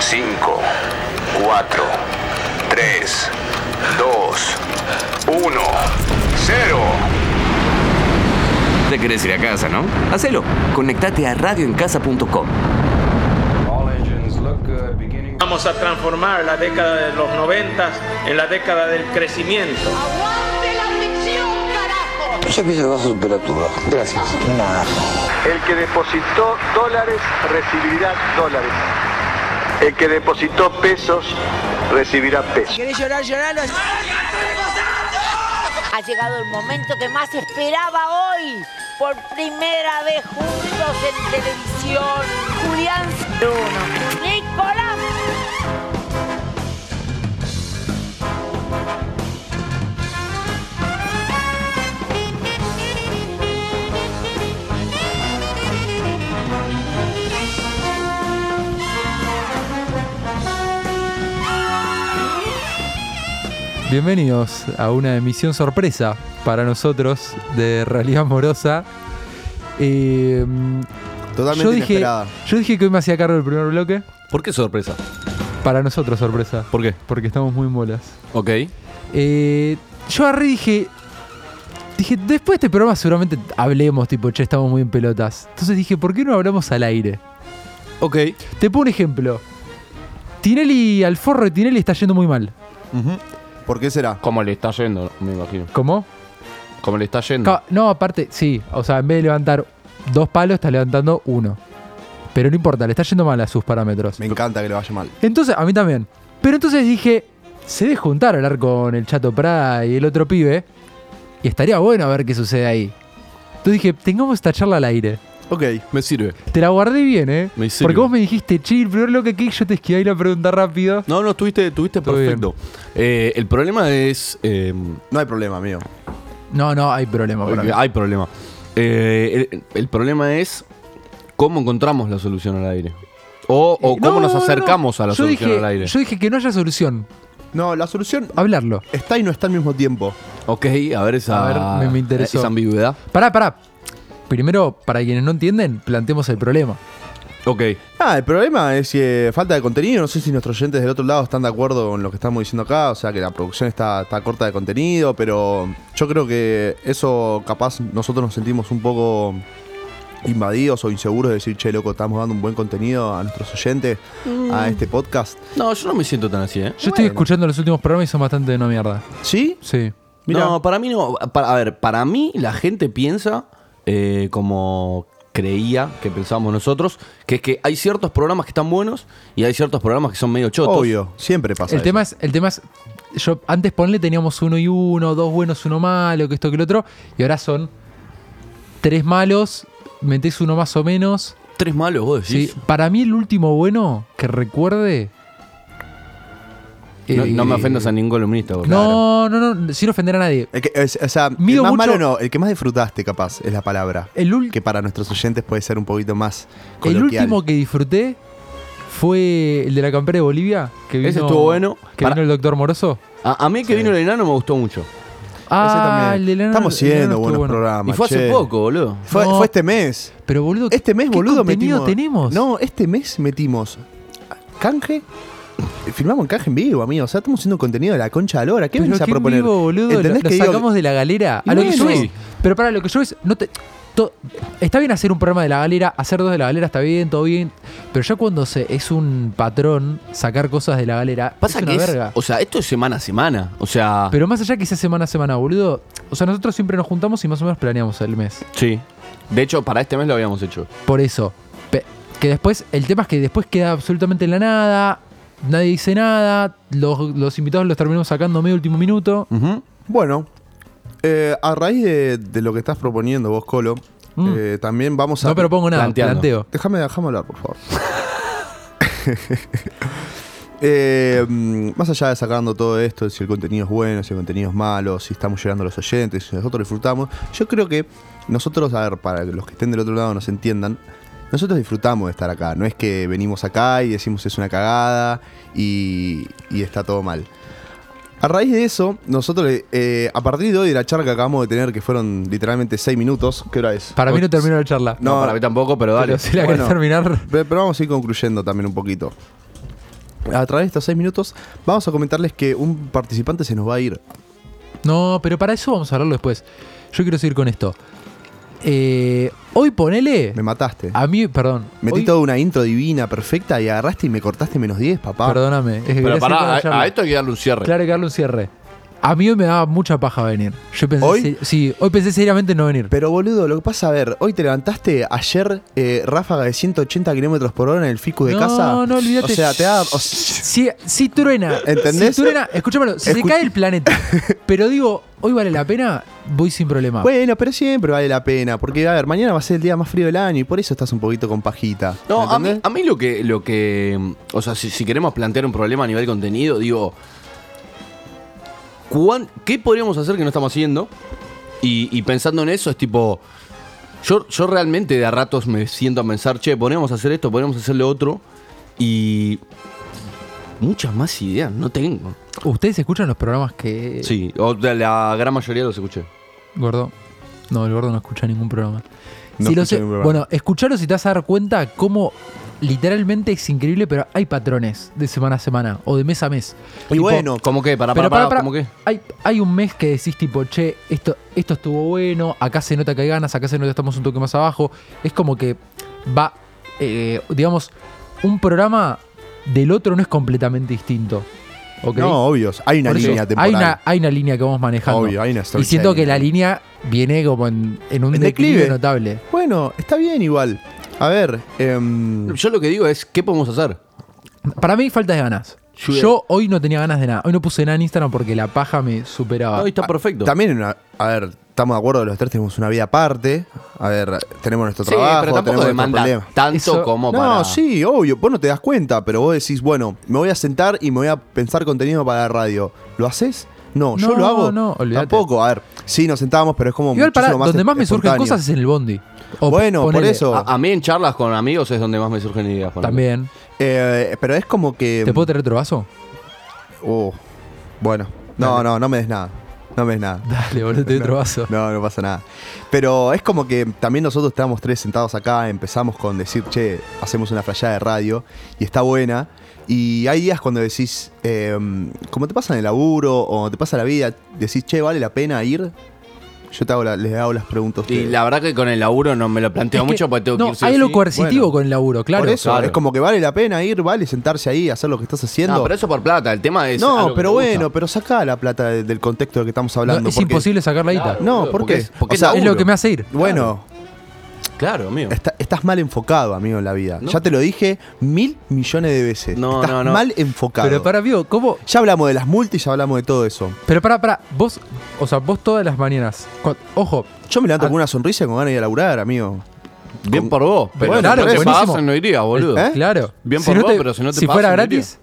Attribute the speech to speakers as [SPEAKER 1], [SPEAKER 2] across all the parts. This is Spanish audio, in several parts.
[SPEAKER 1] 5, 4, 3, 2, 1, 0.
[SPEAKER 2] Te querés ir a casa, ¿no? Hacelo. Conectate a radioencasa.com.
[SPEAKER 3] Vamos a transformar la década de los noventas en la década del crecimiento.
[SPEAKER 4] ¡Aguante la ficción, carajo!
[SPEAKER 5] Yo pienso que vas a superar todo. Gracias. Nada.
[SPEAKER 6] El que depositó dólares recibirá dólares. El que depositó pesos recibirá pesos.
[SPEAKER 7] ¿Querés llorar, lloralo?
[SPEAKER 8] Ha llegado el momento que más esperaba hoy. Por primera vez juntos en televisión. Julián Bruno. Nicolás.
[SPEAKER 9] Bienvenidos a una emisión sorpresa para nosotros de Realidad Amorosa. Eh,
[SPEAKER 10] Totalmente
[SPEAKER 9] yo, dije,
[SPEAKER 10] inesperada.
[SPEAKER 9] yo dije que hoy me hacía cargo del primer bloque.
[SPEAKER 11] ¿Por qué sorpresa?
[SPEAKER 9] Para nosotros, sorpresa.
[SPEAKER 11] ¿Por qué?
[SPEAKER 9] Porque estamos muy en bolas.
[SPEAKER 11] Ok.
[SPEAKER 9] Eh, yo agarré y dije. Dije, después de este programa seguramente hablemos, tipo, che, estamos muy en pelotas. Entonces dije, ¿por qué no hablamos al aire?
[SPEAKER 11] Ok.
[SPEAKER 9] Te pongo un ejemplo. Tinelli al forro de Tinelli está yendo muy mal.
[SPEAKER 10] Ujú. ¿Por qué será?
[SPEAKER 11] Como le está yendo, me imagino.
[SPEAKER 9] ¿Cómo?
[SPEAKER 11] Como le está yendo.
[SPEAKER 9] Ca- No, aparte, sí. O sea, en vez de levantar dos palos, está levantando uno. Pero no importa, le está yendo mal a sus parámetros.
[SPEAKER 10] Me encanta que le vaya mal.
[SPEAKER 9] Entonces, a mí también. Pero entonces dije, se debe juntar a hablar con el Chato Prada y el otro pibe. Y estaría bueno a ver qué sucede ahí. Entonces dije, tengamos esta charla al aire.
[SPEAKER 10] Ok.
[SPEAKER 11] me sirve.
[SPEAKER 9] Te la guardé bien, ¿eh?
[SPEAKER 11] Me sirve.
[SPEAKER 9] Porque vos me dijiste, che, el primer bloque que yo te esquivé la pregunta rápido.
[SPEAKER 11] No, no, estuviste, estuviste
[SPEAKER 9] Todo bien.
[SPEAKER 11] perfecto. Eh, el problema es. eh,
[SPEAKER 10] No hay problema, amigo.
[SPEAKER 9] No, no, hay problema. para mí.
[SPEAKER 11] hay problema. Eh, el, el problema es cómo encontramos la solución al aire. O, o
[SPEAKER 9] Eh,
[SPEAKER 11] cómo
[SPEAKER 9] no,
[SPEAKER 11] nos
[SPEAKER 9] no, no.
[SPEAKER 11] acercamos a la
[SPEAKER 9] Yo
[SPEAKER 11] solución
[SPEAKER 9] dije-
[SPEAKER 11] al aire.
[SPEAKER 9] Yo dije que no haya solución.
[SPEAKER 10] No, la solución
[SPEAKER 9] Hablarlo.
[SPEAKER 10] está y no está al mismo tiempo.
[SPEAKER 11] Ok, a ver esa,
[SPEAKER 9] A ver, me- me interesó.
[SPEAKER 11] esa ambigüedad.
[SPEAKER 9] Pará, pará. Primero, para quienes no entienden, planteemos el problema.
[SPEAKER 11] Ok.
[SPEAKER 10] Ah, el problema es que falta de contenido. No sé si nuestros oyentes del otro lado están de acuerdo con lo que estamos diciendo acá. O sea, que la producción está, está corta de contenido, pero yo creo que eso capaz nosotros nos sentimos un poco invadidos o inseguros de decir, che, loco, estamos dando un buen contenido a nuestros oyentes, a este podcast.
[SPEAKER 11] Mm. No, yo no me siento tan así, ¿eh?
[SPEAKER 9] Yo estoy escuchando los últimos programas y son bastante de una mierda.
[SPEAKER 10] ¿Sí?
[SPEAKER 9] Sí.
[SPEAKER 10] Mirá.
[SPEAKER 11] No, para mí no. Para- a ver, para mí la gente piensa eh, como creía que pensábamos nosotros, que es que hay ciertos programas que están buenos y hay ciertos programas que son medio chotos.
[SPEAKER 10] Obvio, siempre pasa
[SPEAKER 9] El
[SPEAKER 10] eso.
[SPEAKER 9] tema, es, el tema es, yo antes ponle teníamos uno y uno, dos buenos, uno malo, que esto, que lo otro, y ahora son tres malos, metés uno más o menos.
[SPEAKER 11] Tres malos, vos
[SPEAKER 9] Sí.
[SPEAKER 11] decís.
[SPEAKER 9] Para mí el último bueno que recuerde...
[SPEAKER 11] No,
[SPEAKER 9] eh,
[SPEAKER 11] no me ofendas a ningún columnista. vos.
[SPEAKER 9] No, no, no, sin ofender a nadie.
[SPEAKER 10] El que- es- o sea, el
[SPEAKER 9] Mido
[SPEAKER 10] más
[SPEAKER 9] mucho-
[SPEAKER 10] malo no, el que más disfrutaste capaz es la palabra.
[SPEAKER 9] El ul-
[SPEAKER 10] que para nuestros oyentes puede ser un poquito más
[SPEAKER 9] El
[SPEAKER 10] coloquial.
[SPEAKER 9] último que disfruté fue el de la campera de Bolivia. Que
[SPEAKER 11] Ese
[SPEAKER 9] vino-
[SPEAKER 11] estuvo bueno.
[SPEAKER 9] Que
[SPEAKER 11] Para-
[SPEAKER 9] vino el doctor Moroso.
[SPEAKER 11] A, a mí el que vino el enano me gustó mucho.
[SPEAKER 10] Ese
[SPEAKER 9] Ah,
[SPEAKER 10] también.
[SPEAKER 9] el de la- el
[SPEAKER 10] Estamos
[SPEAKER 9] de la
[SPEAKER 10] haciendo
[SPEAKER 9] estuvo
[SPEAKER 10] buenos
[SPEAKER 9] bueno.
[SPEAKER 10] programas.
[SPEAKER 11] Y fue hace
[SPEAKER 10] che.
[SPEAKER 11] poco, boludo.
[SPEAKER 10] Fue,
[SPEAKER 9] No.
[SPEAKER 10] fue este mes.
[SPEAKER 9] Pero boludo, ¿qué-
[SPEAKER 10] Este mes,
[SPEAKER 9] qué
[SPEAKER 10] boludo,
[SPEAKER 9] contenido
[SPEAKER 10] metimos.
[SPEAKER 9] tenemos?
[SPEAKER 10] No, este mes metimos canje. Filmamos en canje en vivo, amigo. O sea, estamos haciendo contenido de la concha de la lora. ¿Qué
[SPEAKER 9] Pero
[SPEAKER 10] venís a
[SPEAKER 9] que en
[SPEAKER 10] proponer?
[SPEAKER 9] vivo, boludo, lo,
[SPEAKER 10] ¿Entendés
[SPEAKER 9] lo
[SPEAKER 10] que digo-
[SPEAKER 9] sacamos de la galera.
[SPEAKER 10] Y
[SPEAKER 9] A lo que yo
[SPEAKER 10] bueno.
[SPEAKER 9] es. Pero para lo que yo es, no te- to- está bien hacer un programa de la galera, hacer dos de la galera está bien, todo bien. Pero ya cuando se es un patrón sacar cosas de la galera,
[SPEAKER 11] Pasa
[SPEAKER 9] es una
[SPEAKER 11] que es-
[SPEAKER 9] verga.
[SPEAKER 11] o sea, esto es semana a semana. O sea,
[SPEAKER 9] pero más allá que sea semana a semana, boludo. O sea, nosotros siempre nos juntamos y más o menos planeamos el mes.
[SPEAKER 11] sí. De hecho, para este mes lo habíamos hecho.
[SPEAKER 9] Por eso. Pe- Que después, el tema es que después queda absolutamente en la nada, nadie dice nada, los, los invitados los terminamos sacando medio último minuto.
[SPEAKER 10] Bueno, eh, a raíz de, de lo que estás proponiendo vos, Colo,
[SPEAKER 9] Mm.
[SPEAKER 10] eh, también vamos a.
[SPEAKER 9] No propongo nada,
[SPEAKER 11] planteando.
[SPEAKER 9] planteo.
[SPEAKER 10] Déjame, déjame hablar, por favor. Eh, mm, más allá de sacando todo esto, si el contenido es bueno, si el contenido es malo, si estamos llegando a los oyentes, si nosotros disfrutamos, yo creo que nosotros, a ver, para que los que estén del otro lado nos entiendan, nosotros disfrutamos de estar acá. No es que venimos acá y decimos es una cagada y, y está todo mal. A raíz de eso, nosotros, eh, a partir de hoy, de la charla que acabamos de tener, que fueron literalmente 6 minutos, ¿qué hora es?
[SPEAKER 9] Para mí no termino la charla.
[SPEAKER 11] No, para mí tampoco, pero dale.
[SPEAKER 9] Pero si la
[SPEAKER 10] bueno.
[SPEAKER 9] querés terminar.
[SPEAKER 10] Pe- Pero, vamos a ir concluyendo también un poquito. a través de estos seis minutos, vamos a comentarles que un participante se nos va a ir.
[SPEAKER 9] No, pero para eso vamos a hablarlo después. Yo quiero seguir con esto. Eh, hoy ponele.
[SPEAKER 10] Me mataste.
[SPEAKER 9] A mí, perdón. Ah,
[SPEAKER 10] Metí
[SPEAKER 9] hoy-
[SPEAKER 10] toda una intro divina, perfecta, y agarraste y me cortaste menos 10, papá.
[SPEAKER 9] Perdóname. Es que
[SPEAKER 11] Pero
[SPEAKER 9] quería seguir con
[SPEAKER 11] pará,
[SPEAKER 9] la
[SPEAKER 11] a,
[SPEAKER 9] charla.
[SPEAKER 11] a esto hay que darle un cierre.
[SPEAKER 9] Claro, hay que darle un cierre. A mí hoy me daba mucha paja venir. Yo pensé
[SPEAKER 10] ¿Hoy?
[SPEAKER 9] se- Sí, hoy pensé seriamente en no venir.
[SPEAKER 10] Pero boludo, lo que pasa, a ver, hoy te levantaste ayer eh, ráfaga de 180 kilómetros por hora en el ficus de
[SPEAKER 9] No,
[SPEAKER 10] casa.
[SPEAKER 9] no, olvídate.
[SPEAKER 10] O sea, te da. o sea,
[SPEAKER 9] Si, si truena.
[SPEAKER 10] ¿Entendés?
[SPEAKER 9] Si truena, escúchamelo, si se
[SPEAKER 10] Escu-
[SPEAKER 9] cae el planeta. Pero digo, hoy vale la pena, voy sin problema.
[SPEAKER 11] Ah.
[SPEAKER 10] bueno, pero siempre vale la pena, porque a ver, mañana va a ser el día más frío del año y por eso estás un poquito con pajita.
[SPEAKER 11] No, a mí,
[SPEAKER 10] ¿entendés?
[SPEAKER 11] a mí lo que. lo que O sea, si, si queremos plantear un problema a nivel contenido, digo. ¿cuán- ¿Qué podríamos hacer que no estamos haciendo? Y, y pensando en eso, es tipo. Yo, yo realmente de a ratos me siento a pensar, che, podríamos hacer esto, podríamos hacer lo otro. Y. Muchas más ideas no tengo.
[SPEAKER 9] ¿Ustedes escuchan los programas que.
[SPEAKER 11] Sí, o de la gran mayoría los escuché.
[SPEAKER 9] Gordo. No, el gordo no escucha ningún programa.
[SPEAKER 10] No
[SPEAKER 9] Si lo
[SPEAKER 10] escucha
[SPEAKER 9] sé-
[SPEAKER 10] ningún programa.
[SPEAKER 9] Bueno, escucharlos y te vas a dar cuenta cómo literalmente es increíble, pero hay patrones de semana a semana o de mes a mes.
[SPEAKER 10] Y
[SPEAKER 9] Tipo,
[SPEAKER 10] bueno,
[SPEAKER 11] ¿Cómo qué? Para, para,
[SPEAKER 9] Pero
[SPEAKER 11] para,
[SPEAKER 9] pará, pará,
[SPEAKER 11] ¿cómo qué?
[SPEAKER 9] Hay, hay un mes que decís tipo, che, esto, esto estuvo bueno, acá se nota que hay ganas, acá se nota que estamos un toque más abajo. Es como que va, eh, digamos, un programa del otro no es completamente distinto. ¿ok?
[SPEAKER 10] no, obvio, hay una
[SPEAKER 9] Por eso,
[SPEAKER 10] línea temporal.
[SPEAKER 9] hay una, hay una línea que vamos manejando.
[SPEAKER 10] Obvio, hay una
[SPEAKER 9] y siento
[SPEAKER 10] storytelling.
[SPEAKER 9] que la línea viene como en, en un
[SPEAKER 10] En
[SPEAKER 9] declive.
[SPEAKER 10] declive.
[SPEAKER 9] notable.
[SPEAKER 10] Bueno, está bien igual. A ver, em,
[SPEAKER 11] Yo lo que digo es, ¿qué podemos hacer?
[SPEAKER 9] Para mí falta de ganas.
[SPEAKER 11] Yo-
[SPEAKER 9] Yo hoy no tenía ganas de nada. Hoy no puse nada en Instagram porque la paja me superaba.
[SPEAKER 11] No, y está perfecto.
[SPEAKER 10] También, una- a ver, estamos de acuerdo, los tres tenemos una vida aparte. A ver, tenemos nuestro
[SPEAKER 11] Sí,
[SPEAKER 10] trabajo,
[SPEAKER 11] pero tampoco
[SPEAKER 10] tenemos nuestro
[SPEAKER 11] demanda
[SPEAKER 10] problema.
[SPEAKER 11] tanto
[SPEAKER 9] Eso-
[SPEAKER 11] como
[SPEAKER 10] No,
[SPEAKER 11] para...
[SPEAKER 10] sí, obvio, vos no te das cuenta, pero vos decís, bueno, me voy a sentar y me voy a pensar contenido para la radio. ¿Lo haces? No, yo
[SPEAKER 9] No,
[SPEAKER 10] lo hago.
[SPEAKER 9] no, olvídate.
[SPEAKER 10] Tampoco, a ver, sí, nos sentábamos, pero es como
[SPEAKER 9] Igual para
[SPEAKER 10] muchísimo más
[SPEAKER 9] donde más me surgen
[SPEAKER 10] espontáneo.
[SPEAKER 9] cosas es en el bondi. O
[SPEAKER 10] Bueno, por
[SPEAKER 9] ponele, ah,
[SPEAKER 10] eso.
[SPEAKER 11] A, a mí en charlas con amigos es donde más me surgen ideas. ponele.
[SPEAKER 9] También.
[SPEAKER 10] Eh, pero es como que.
[SPEAKER 9] ¿Te puedo traer otro vaso?
[SPEAKER 10] Oh, bueno, no, no, no me des nada. No me des nada.
[SPEAKER 9] Dale, boludo, te doy otro vaso.
[SPEAKER 10] No, no pasa nada. Pero es como que también nosotros estábamos tres sentados acá, empezamos con decir, che, hacemos una flayada de radio y está buena. Y hay días cuando decís, eh, como te pasa en el laburo o te pasa la vida, decís, che, ¿vale la pena ir? Yo te hago la- les hago las preguntas. a
[SPEAKER 11] Y
[SPEAKER 10] ustedes.
[SPEAKER 11] la verdad que con el laburo no me lo planteo
[SPEAKER 9] Es que-
[SPEAKER 11] mucho porque tengo
[SPEAKER 9] no,
[SPEAKER 11] que ir sí o
[SPEAKER 9] hay lo
[SPEAKER 11] sí.
[SPEAKER 9] coercitivo
[SPEAKER 10] Bueno.
[SPEAKER 9] con el laburo, claro.
[SPEAKER 10] Por eso,
[SPEAKER 11] claro.
[SPEAKER 10] es como que vale la pena ir, vale sentarse ahí, hacer lo que estás haciendo.
[SPEAKER 11] No, pero eso por plata. El tema es...
[SPEAKER 10] No,
[SPEAKER 11] algo que
[SPEAKER 10] pero
[SPEAKER 11] te gusta.
[SPEAKER 10] bueno, pero saca la plata de- del contexto del que estamos
[SPEAKER 9] No,
[SPEAKER 10] hablando.
[SPEAKER 9] es
[SPEAKER 10] porque-
[SPEAKER 9] imposible sacar la guita.
[SPEAKER 10] No, ¿por
[SPEAKER 11] porque
[SPEAKER 10] qué?
[SPEAKER 11] es- porque
[SPEAKER 10] O sea,
[SPEAKER 11] es
[SPEAKER 9] es lo que me hace ir.
[SPEAKER 10] Bueno,
[SPEAKER 11] Claro, amigo.
[SPEAKER 10] Está- estás mal enfocado, amigo, en la vida.
[SPEAKER 11] No.
[SPEAKER 10] Ya te lo dije mil millones de veces.
[SPEAKER 11] No,
[SPEAKER 10] estás
[SPEAKER 11] no, no.
[SPEAKER 10] mal enfocado.
[SPEAKER 9] Pero para, amigo, ¿cómo?
[SPEAKER 10] Ya hablamos de las multis, ya hablamos de todo eso.
[SPEAKER 9] Pero para, para, vos, o sea, vos todas las mañanas. cua- Ojo,
[SPEAKER 10] Yo me levanto
[SPEAKER 9] Ah.
[SPEAKER 10] con una sonrisa y con ganas de ir a laburar, amigo.
[SPEAKER 11] Bien por vos. Pero
[SPEAKER 9] Bueno,
[SPEAKER 11] si
[SPEAKER 9] claro,
[SPEAKER 11] no te
[SPEAKER 9] buenísimo.
[SPEAKER 11] pasan, no iría, boludo.
[SPEAKER 10] ¿Eh?
[SPEAKER 9] claro.
[SPEAKER 11] Bien por vos, pero si no te pasa,
[SPEAKER 9] fuera
[SPEAKER 11] no
[SPEAKER 9] gratis,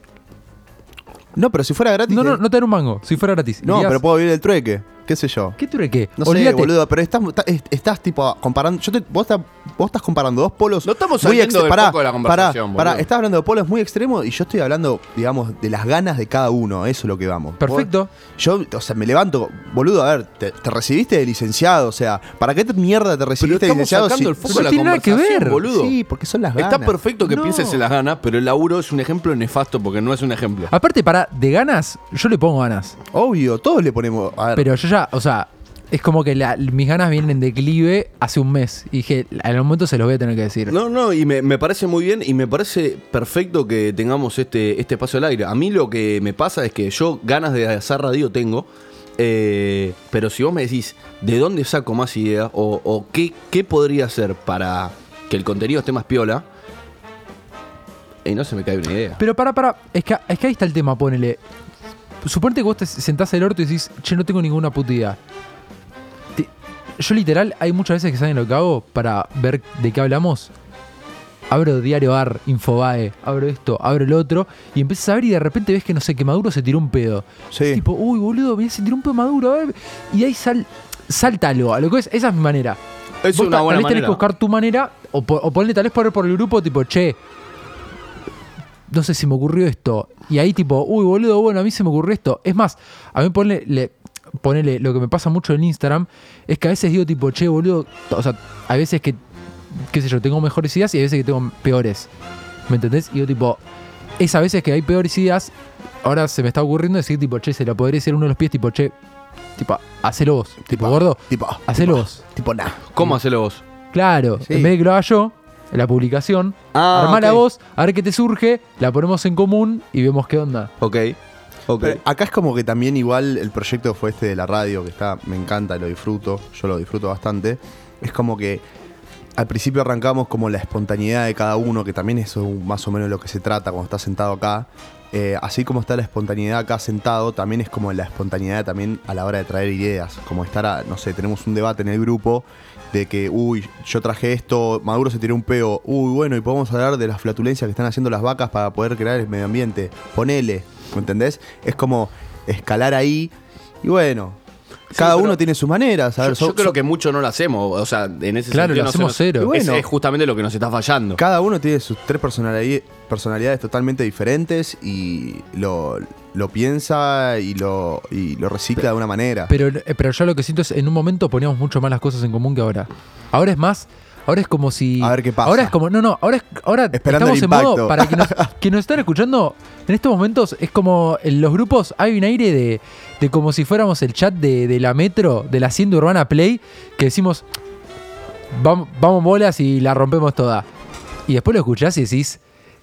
[SPEAKER 10] No, pero si fuera gratis.
[SPEAKER 9] no, no,
[SPEAKER 10] te-
[SPEAKER 9] no te dan un mango. Si fuera gratis.
[SPEAKER 10] No,
[SPEAKER 9] irías-
[SPEAKER 10] pero puedo vivir del trueque. ¿Qué sé yo?
[SPEAKER 9] ¿Qué trueque?
[SPEAKER 10] No sé, boludo, pero estás, ta- es- estás tipo comparando. Yo te- vos, estás, vos estás comparando dos polos.
[SPEAKER 11] No estamos
[SPEAKER 10] muy
[SPEAKER 11] saliendo
[SPEAKER 10] ex-
[SPEAKER 11] del foco de la conversación,
[SPEAKER 10] pará,
[SPEAKER 11] boludo.
[SPEAKER 10] estás hablando de polos muy extremos y yo estoy hablando, digamos, de las ganas de cada uno. Eso es lo que vamos.
[SPEAKER 9] Perfecto.
[SPEAKER 10] Yo, o sea, me levanto, boludo, a ver, te, te recibiste de licenciado, o sea, ¿para qué te- mierda te
[SPEAKER 11] Pero
[SPEAKER 10] recibiste de
[SPEAKER 11] estamos
[SPEAKER 10] licenciado?
[SPEAKER 11] sacando
[SPEAKER 10] si-
[SPEAKER 11] el foco
[SPEAKER 9] no
[SPEAKER 11] de la
[SPEAKER 9] tiene nada que
[SPEAKER 11] conversación,
[SPEAKER 9] ver.
[SPEAKER 11] boludo.
[SPEAKER 10] Sí, porque son las ganas.
[SPEAKER 11] Está perfecto que
[SPEAKER 10] No.
[SPEAKER 11] pienses en las ganas, pero el laburo es un ejemplo nefasto porque no es un ejemplo.
[SPEAKER 9] Aparte, para, de ganas, yo le pongo ganas.
[SPEAKER 10] Obvio, todos le ponemos. A ver,
[SPEAKER 9] Pero yo ya, o sea, es como que la- mis ganas vienen en declive hace un mes. Y dije, en algún momento se los voy a tener que decir.
[SPEAKER 11] No, no, y me, me parece muy bien y me parece perfecto que tengamos este, este espacio al aire. A mí lo que me pasa es que yo ganas de hacer radio tengo, eh, pero si vos me decís de dónde saco más ideas o, o qué, qué podría hacer para que el contenido esté más piola, y no se me cae una idea.
[SPEAKER 9] Pero para, para, es que, es que ahí está el tema, ponele. Suponete que vos te sentás el orto y decís, che, no tengo ninguna puta idea. Te- yo literal, hay muchas veces que saben lo que hago para ver de qué hablamos. Abro Diario Ar, Infobae, abro esto, abro el otro, y empiezas a ver y de repente ves que, no sé, que Maduro se tiró un pedo.
[SPEAKER 10] Sí.
[SPEAKER 9] Es tipo, uy, boludo, mirá, se tiró un pedo Maduro, a ver. Y ahí sal, salta algo, a lo que es, esa es mi manera.
[SPEAKER 11] Es
[SPEAKER 9] Vos
[SPEAKER 11] una
[SPEAKER 9] ta-
[SPEAKER 11] buena
[SPEAKER 9] tal vez tenés
[SPEAKER 11] manera.
[SPEAKER 9] que buscar tu manera, o, po- o ponle tal vez por, por el grupo, tipo, che, no sé si me ocurrió esto. Y ahí tipo, uy, boludo, bueno, a mí se me ocurrió esto. Es más, a mí ponle, le- ponele, lo que me pasa mucho en Instagram es que a veces digo tipo, che, boludo, o sea, hay veces que, qué sé yo, tengo mejores ideas y hay veces que tengo peores. ¿Me entendés? Y yo tipo, es a veces que hay peores ideas. Ahora se me está ocurriendo decir, tipo, che, se la podría hacer uno de los pies, tipo, che, tipo, hacelo vos. Tipo, gordo,
[SPEAKER 10] Tipo,
[SPEAKER 9] hacelo vos.
[SPEAKER 10] tipo nada.
[SPEAKER 11] ¿Cómo hacelo vos?
[SPEAKER 9] Claro,
[SPEAKER 10] Sí.
[SPEAKER 9] en vez de que lo haga yo, en la publicación,
[SPEAKER 11] Ah,
[SPEAKER 9] armala
[SPEAKER 11] ok.
[SPEAKER 9] vos, a ver qué te surge, la ponemos en común y vemos qué onda.
[SPEAKER 11] Ok. Ok.
[SPEAKER 10] Pero acá es como que también igual el proyecto fue este de la radio, que está, me encanta, lo disfruto, yo lo disfruto bastante. Es como que al principio arrancamos como la espontaneidad de cada uno, que también eso es más o menos lo que se trata cuando estás sentado acá. Eh, así como está la espontaneidad acá sentado, también es como la espontaneidad también a la hora de traer ideas. Como estar, a- no sé, tenemos un debate en el grupo de que, uy, yo traje esto, Maduro se tiró un peo, uy, bueno, y podemos hablar de las flatulencias que están haciendo las vacas para poder crear el medio ambiente. Ponele, ¿me entendés? Es como escalar ahí y bueno, cada
[SPEAKER 11] pero
[SPEAKER 10] uno tiene sus maneras. A
[SPEAKER 11] Yo,
[SPEAKER 10] ver, so-
[SPEAKER 11] yo creo
[SPEAKER 10] so-
[SPEAKER 11] que mucho no lo hacemos. O sea, en ese
[SPEAKER 9] Claro,
[SPEAKER 11] sentido.
[SPEAKER 9] lo
[SPEAKER 11] no se
[SPEAKER 9] hacemos
[SPEAKER 11] nos-
[SPEAKER 9] cero.
[SPEAKER 11] Ese
[SPEAKER 10] Bueno.
[SPEAKER 11] es justamente lo que nos está fallando.
[SPEAKER 10] Cada uno tiene sus tres personalidades, personalidades totalmente diferentes y lo, lo piensa y lo, y lo recicla de una manera.
[SPEAKER 9] Pero, eh, pero yo lo que siento es, en un momento poníamos mucho más las cosas en común que ahora. Ahora es más, ahora es como si...
[SPEAKER 10] A ver qué pasa.
[SPEAKER 9] Ahora es como, no, no, ahora, es- ahora
[SPEAKER 10] Esperando
[SPEAKER 9] estamos
[SPEAKER 10] el
[SPEAKER 9] en modo
[SPEAKER 10] impacto.
[SPEAKER 9] para que nos, que nos están escuchando. En estos momentos es como en los grupos hay un aire de, de como si fuéramos el chat de, de la metro, de la hacienda urbana Play, que decimos, vamos, vamos bolas y la rompemos toda. Y después lo escuchás y decís,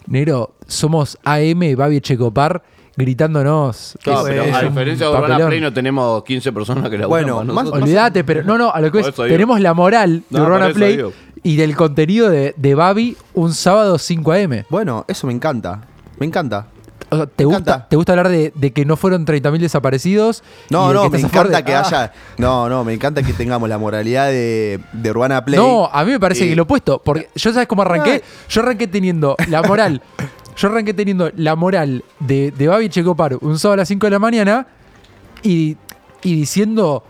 [SPEAKER 9] negro, somos AM, Babi Echecopar, gritándonos.
[SPEAKER 11] Claro,
[SPEAKER 9] Es-
[SPEAKER 11] pero
[SPEAKER 9] es
[SPEAKER 11] a
[SPEAKER 9] un
[SPEAKER 11] diferencia de Urbana
[SPEAKER 9] papelón.
[SPEAKER 11] Play no tenemos 15 personas que la
[SPEAKER 10] Bueno, más-
[SPEAKER 9] Olvídate, pero no, no, a lo
[SPEAKER 11] Por
[SPEAKER 9] que es,
[SPEAKER 11] eso digo.
[SPEAKER 9] tenemos la moral de
[SPEAKER 11] No, por
[SPEAKER 9] Urbana
[SPEAKER 11] eso
[SPEAKER 9] Play
[SPEAKER 11] digo.
[SPEAKER 9] y del contenido de, de Babi un sábado 5 a.m.
[SPEAKER 10] Bueno, eso me encanta. Me encanta.
[SPEAKER 9] O sea, ¿te,
[SPEAKER 10] Me
[SPEAKER 9] gusta,
[SPEAKER 10] encanta.
[SPEAKER 9] ¿Te gusta hablar de, de que no fueron 30.000 desaparecidos? y
[SPEAKER 10] No,
[SPEAKER 9] de
[SPEAKER 10] no,
[SPEAKER 9] que
[SPEAKER 10] me
[SPEAKER 9] estás a favor
[SPEAKER 10] encanta
[SPEAKER 9] de-
[SPEAKER 10] que
[SPEAKER 9] Ah.
[SPEAKER 10] haya. No, no, me encanta que tengamos la moralidad de, de Urbana Play.
[SPEAKER 9] No, a mí me parece
[SPEAKER 10] Eh,
[SPEAKER 9] que lo opuesto. Porque yo sabes cómo arranqué. Yo arranqué teniendo la moral. yo arranqué teniendo la moral de, de Babi Checopar un sábado a las 5 de la mañana y, y diciendo,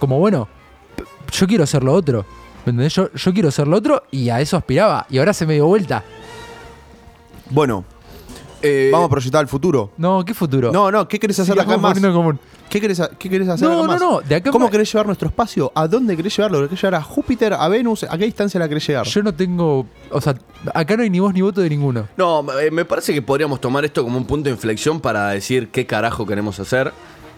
[SPEAKER 9] como bueno, p- yo quiero ser lo otro. ¿Me entendés? Yo, yo quiero ser lo otro y a eso aspiraba. Y ahora se me dio vuelta.
[SPEAKER 10] Bueno, vamos a proyectar el futuro.
[SPEAKER 9] No, ¿qué futuro?
[SPEAKER 10] No, no, ¿qué querés hacer
[SPEAKER 9] Sigamos
[SPEAKER 10] acá más?
[SPEAKER 9] poniendo en común.
[SPEAKER 10] ¿Qué querés, ha- qué querés hacer
[SPEAKER 9] No,
[SPEAKER 10] acá
[SPEAKER 9] no,
[SPEAKER 10] más?
[SPEAKER 9] no, de acá en
[SPEAKER 10] ¿Cómo
[SPEAKER 9] más-
[SPEAKER 10] querés llevar nuestro espacio? ¿A dónde querés llevarlo? ¿Querés llevar a Júpiter, a Venus? ¿A qué distancia la querés llegar?
[SPEAKER 9] Yo no tengo. O sea, acá no hay ni voz ni voto de ninguno.
[SPEAKER 11] No, eh, me parece que podríamos tomar esto como un punto de inflexión para decir qué carajo queremos hacer,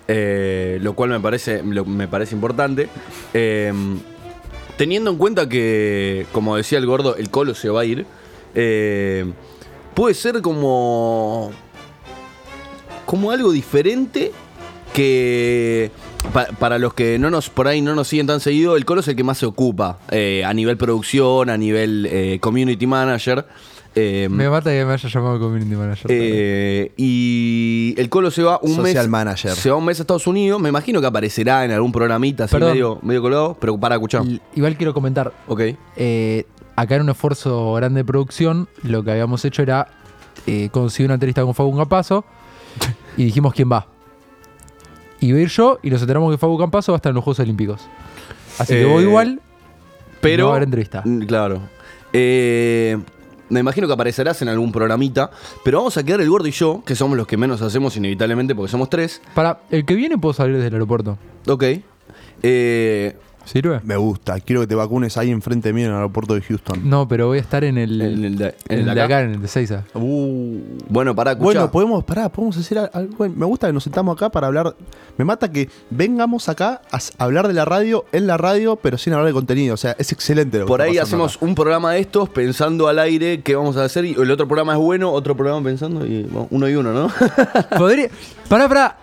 [SPEAKER 11] eh, lo cual me parece, lo- me parece importante. Eh, teniendo en cuenta que, como decía el gordo, el colo se va a ir, eh, puede ser como, como algo diferente que... pa- para los que no nos, por ahí no nos siguen tan seguido, el colo es el que más se ocupa eh, a nivel producción, a nivel eh, community manager. eh,
[SPEAKER 10] Mm.
[SPEAKER 9] Me mata que me haya llamado community manager.
[SPEAKER 11] eh, y el Colo se va un
[SPEAKER 10] Social
[SPEAKER 11] mes.
[SPEAKER 10] manager.
[SPEAKER 11] Se va un mes a Estados Unidos. Me imagino que aparecerá en algún programita así
[SPEAKER 9] Perdón.
[SPEAKER 11] medio, medio colado. Pero para escuchar.
[SPEAKER 9] L- Igual quiero comentar.
[SPEAKER 11] Ok.
[SPEAKER 9] eh, acá en un esfuerzo grande de producción, lo que habíamos hecho era eh, conseguir una entrevista con Fabu Campazo y dijimos quién va. Y voy a ir yo y nos enteramos que Fabu Campazo va a estar en los Juegos Olímpicos. Así que
[SPEAKER 11] Eh,
[SPEAKER 9] voy igual.
[SPEAKER 11] Pero.
[SPEAKER 9] No va a haber entrevista.
[SPEAKER 11] Mm, Claro. Eh, me imagino que aparecerás en algún programita. Pero vamos a quedar el gordo y yo, que somos los que menos hacemos inevitablemente porque somos tres.
[SPEAKER 9] Para el que viene puedo salir desde el aeropuerto.
[SPEAKER 11] Ok. Eh,
[SPEAKER 9] ¿Sirve?
[SPEAKER 10] Me gusta, quiero que te vacunes ahí enfrente mío en el aeropuerto de Houston.
[SPEAKER 9] No, pero voy a estar en el,
[SPEAKER 11] En el de- en
[SPEAKER 9] en
[SPEAKER 11] el
[SPEAKER 9] el
[SPEAKER 11] de
[SPEAKER 9] de
[SPEAKER 11] acá.
[SPEAKER 9] acá, en el de Seiza.
[SPEAKER 10] Uh,
[SPEAKER 11] bueno, para escuchar.
[SPEAKER 10] bueno, podemos, pará, podemos hacer al- algo. Me gusta que nos sentamos acá para hablar. Me mata que vengamos acá a s- hablar de la radio en la radio, pero sin hablar de contenido. O sea, es excelente lo que
[SPEAKER 11] Por
[SPEAKER 10] está
[SPEAKER 11] ahí
[SPEAKER 10] pasando
[SPEAKER 11] hacemos
[SPEAKER 10] acá.
[SPEAKER 11] un programa de estos pensando al aire qué vamos a hacer. Y el otro programa es bueno, otro programa pensando y bueno, uno y uno, ¿no?
[SPEAKER 9] Podría. Pará, pará.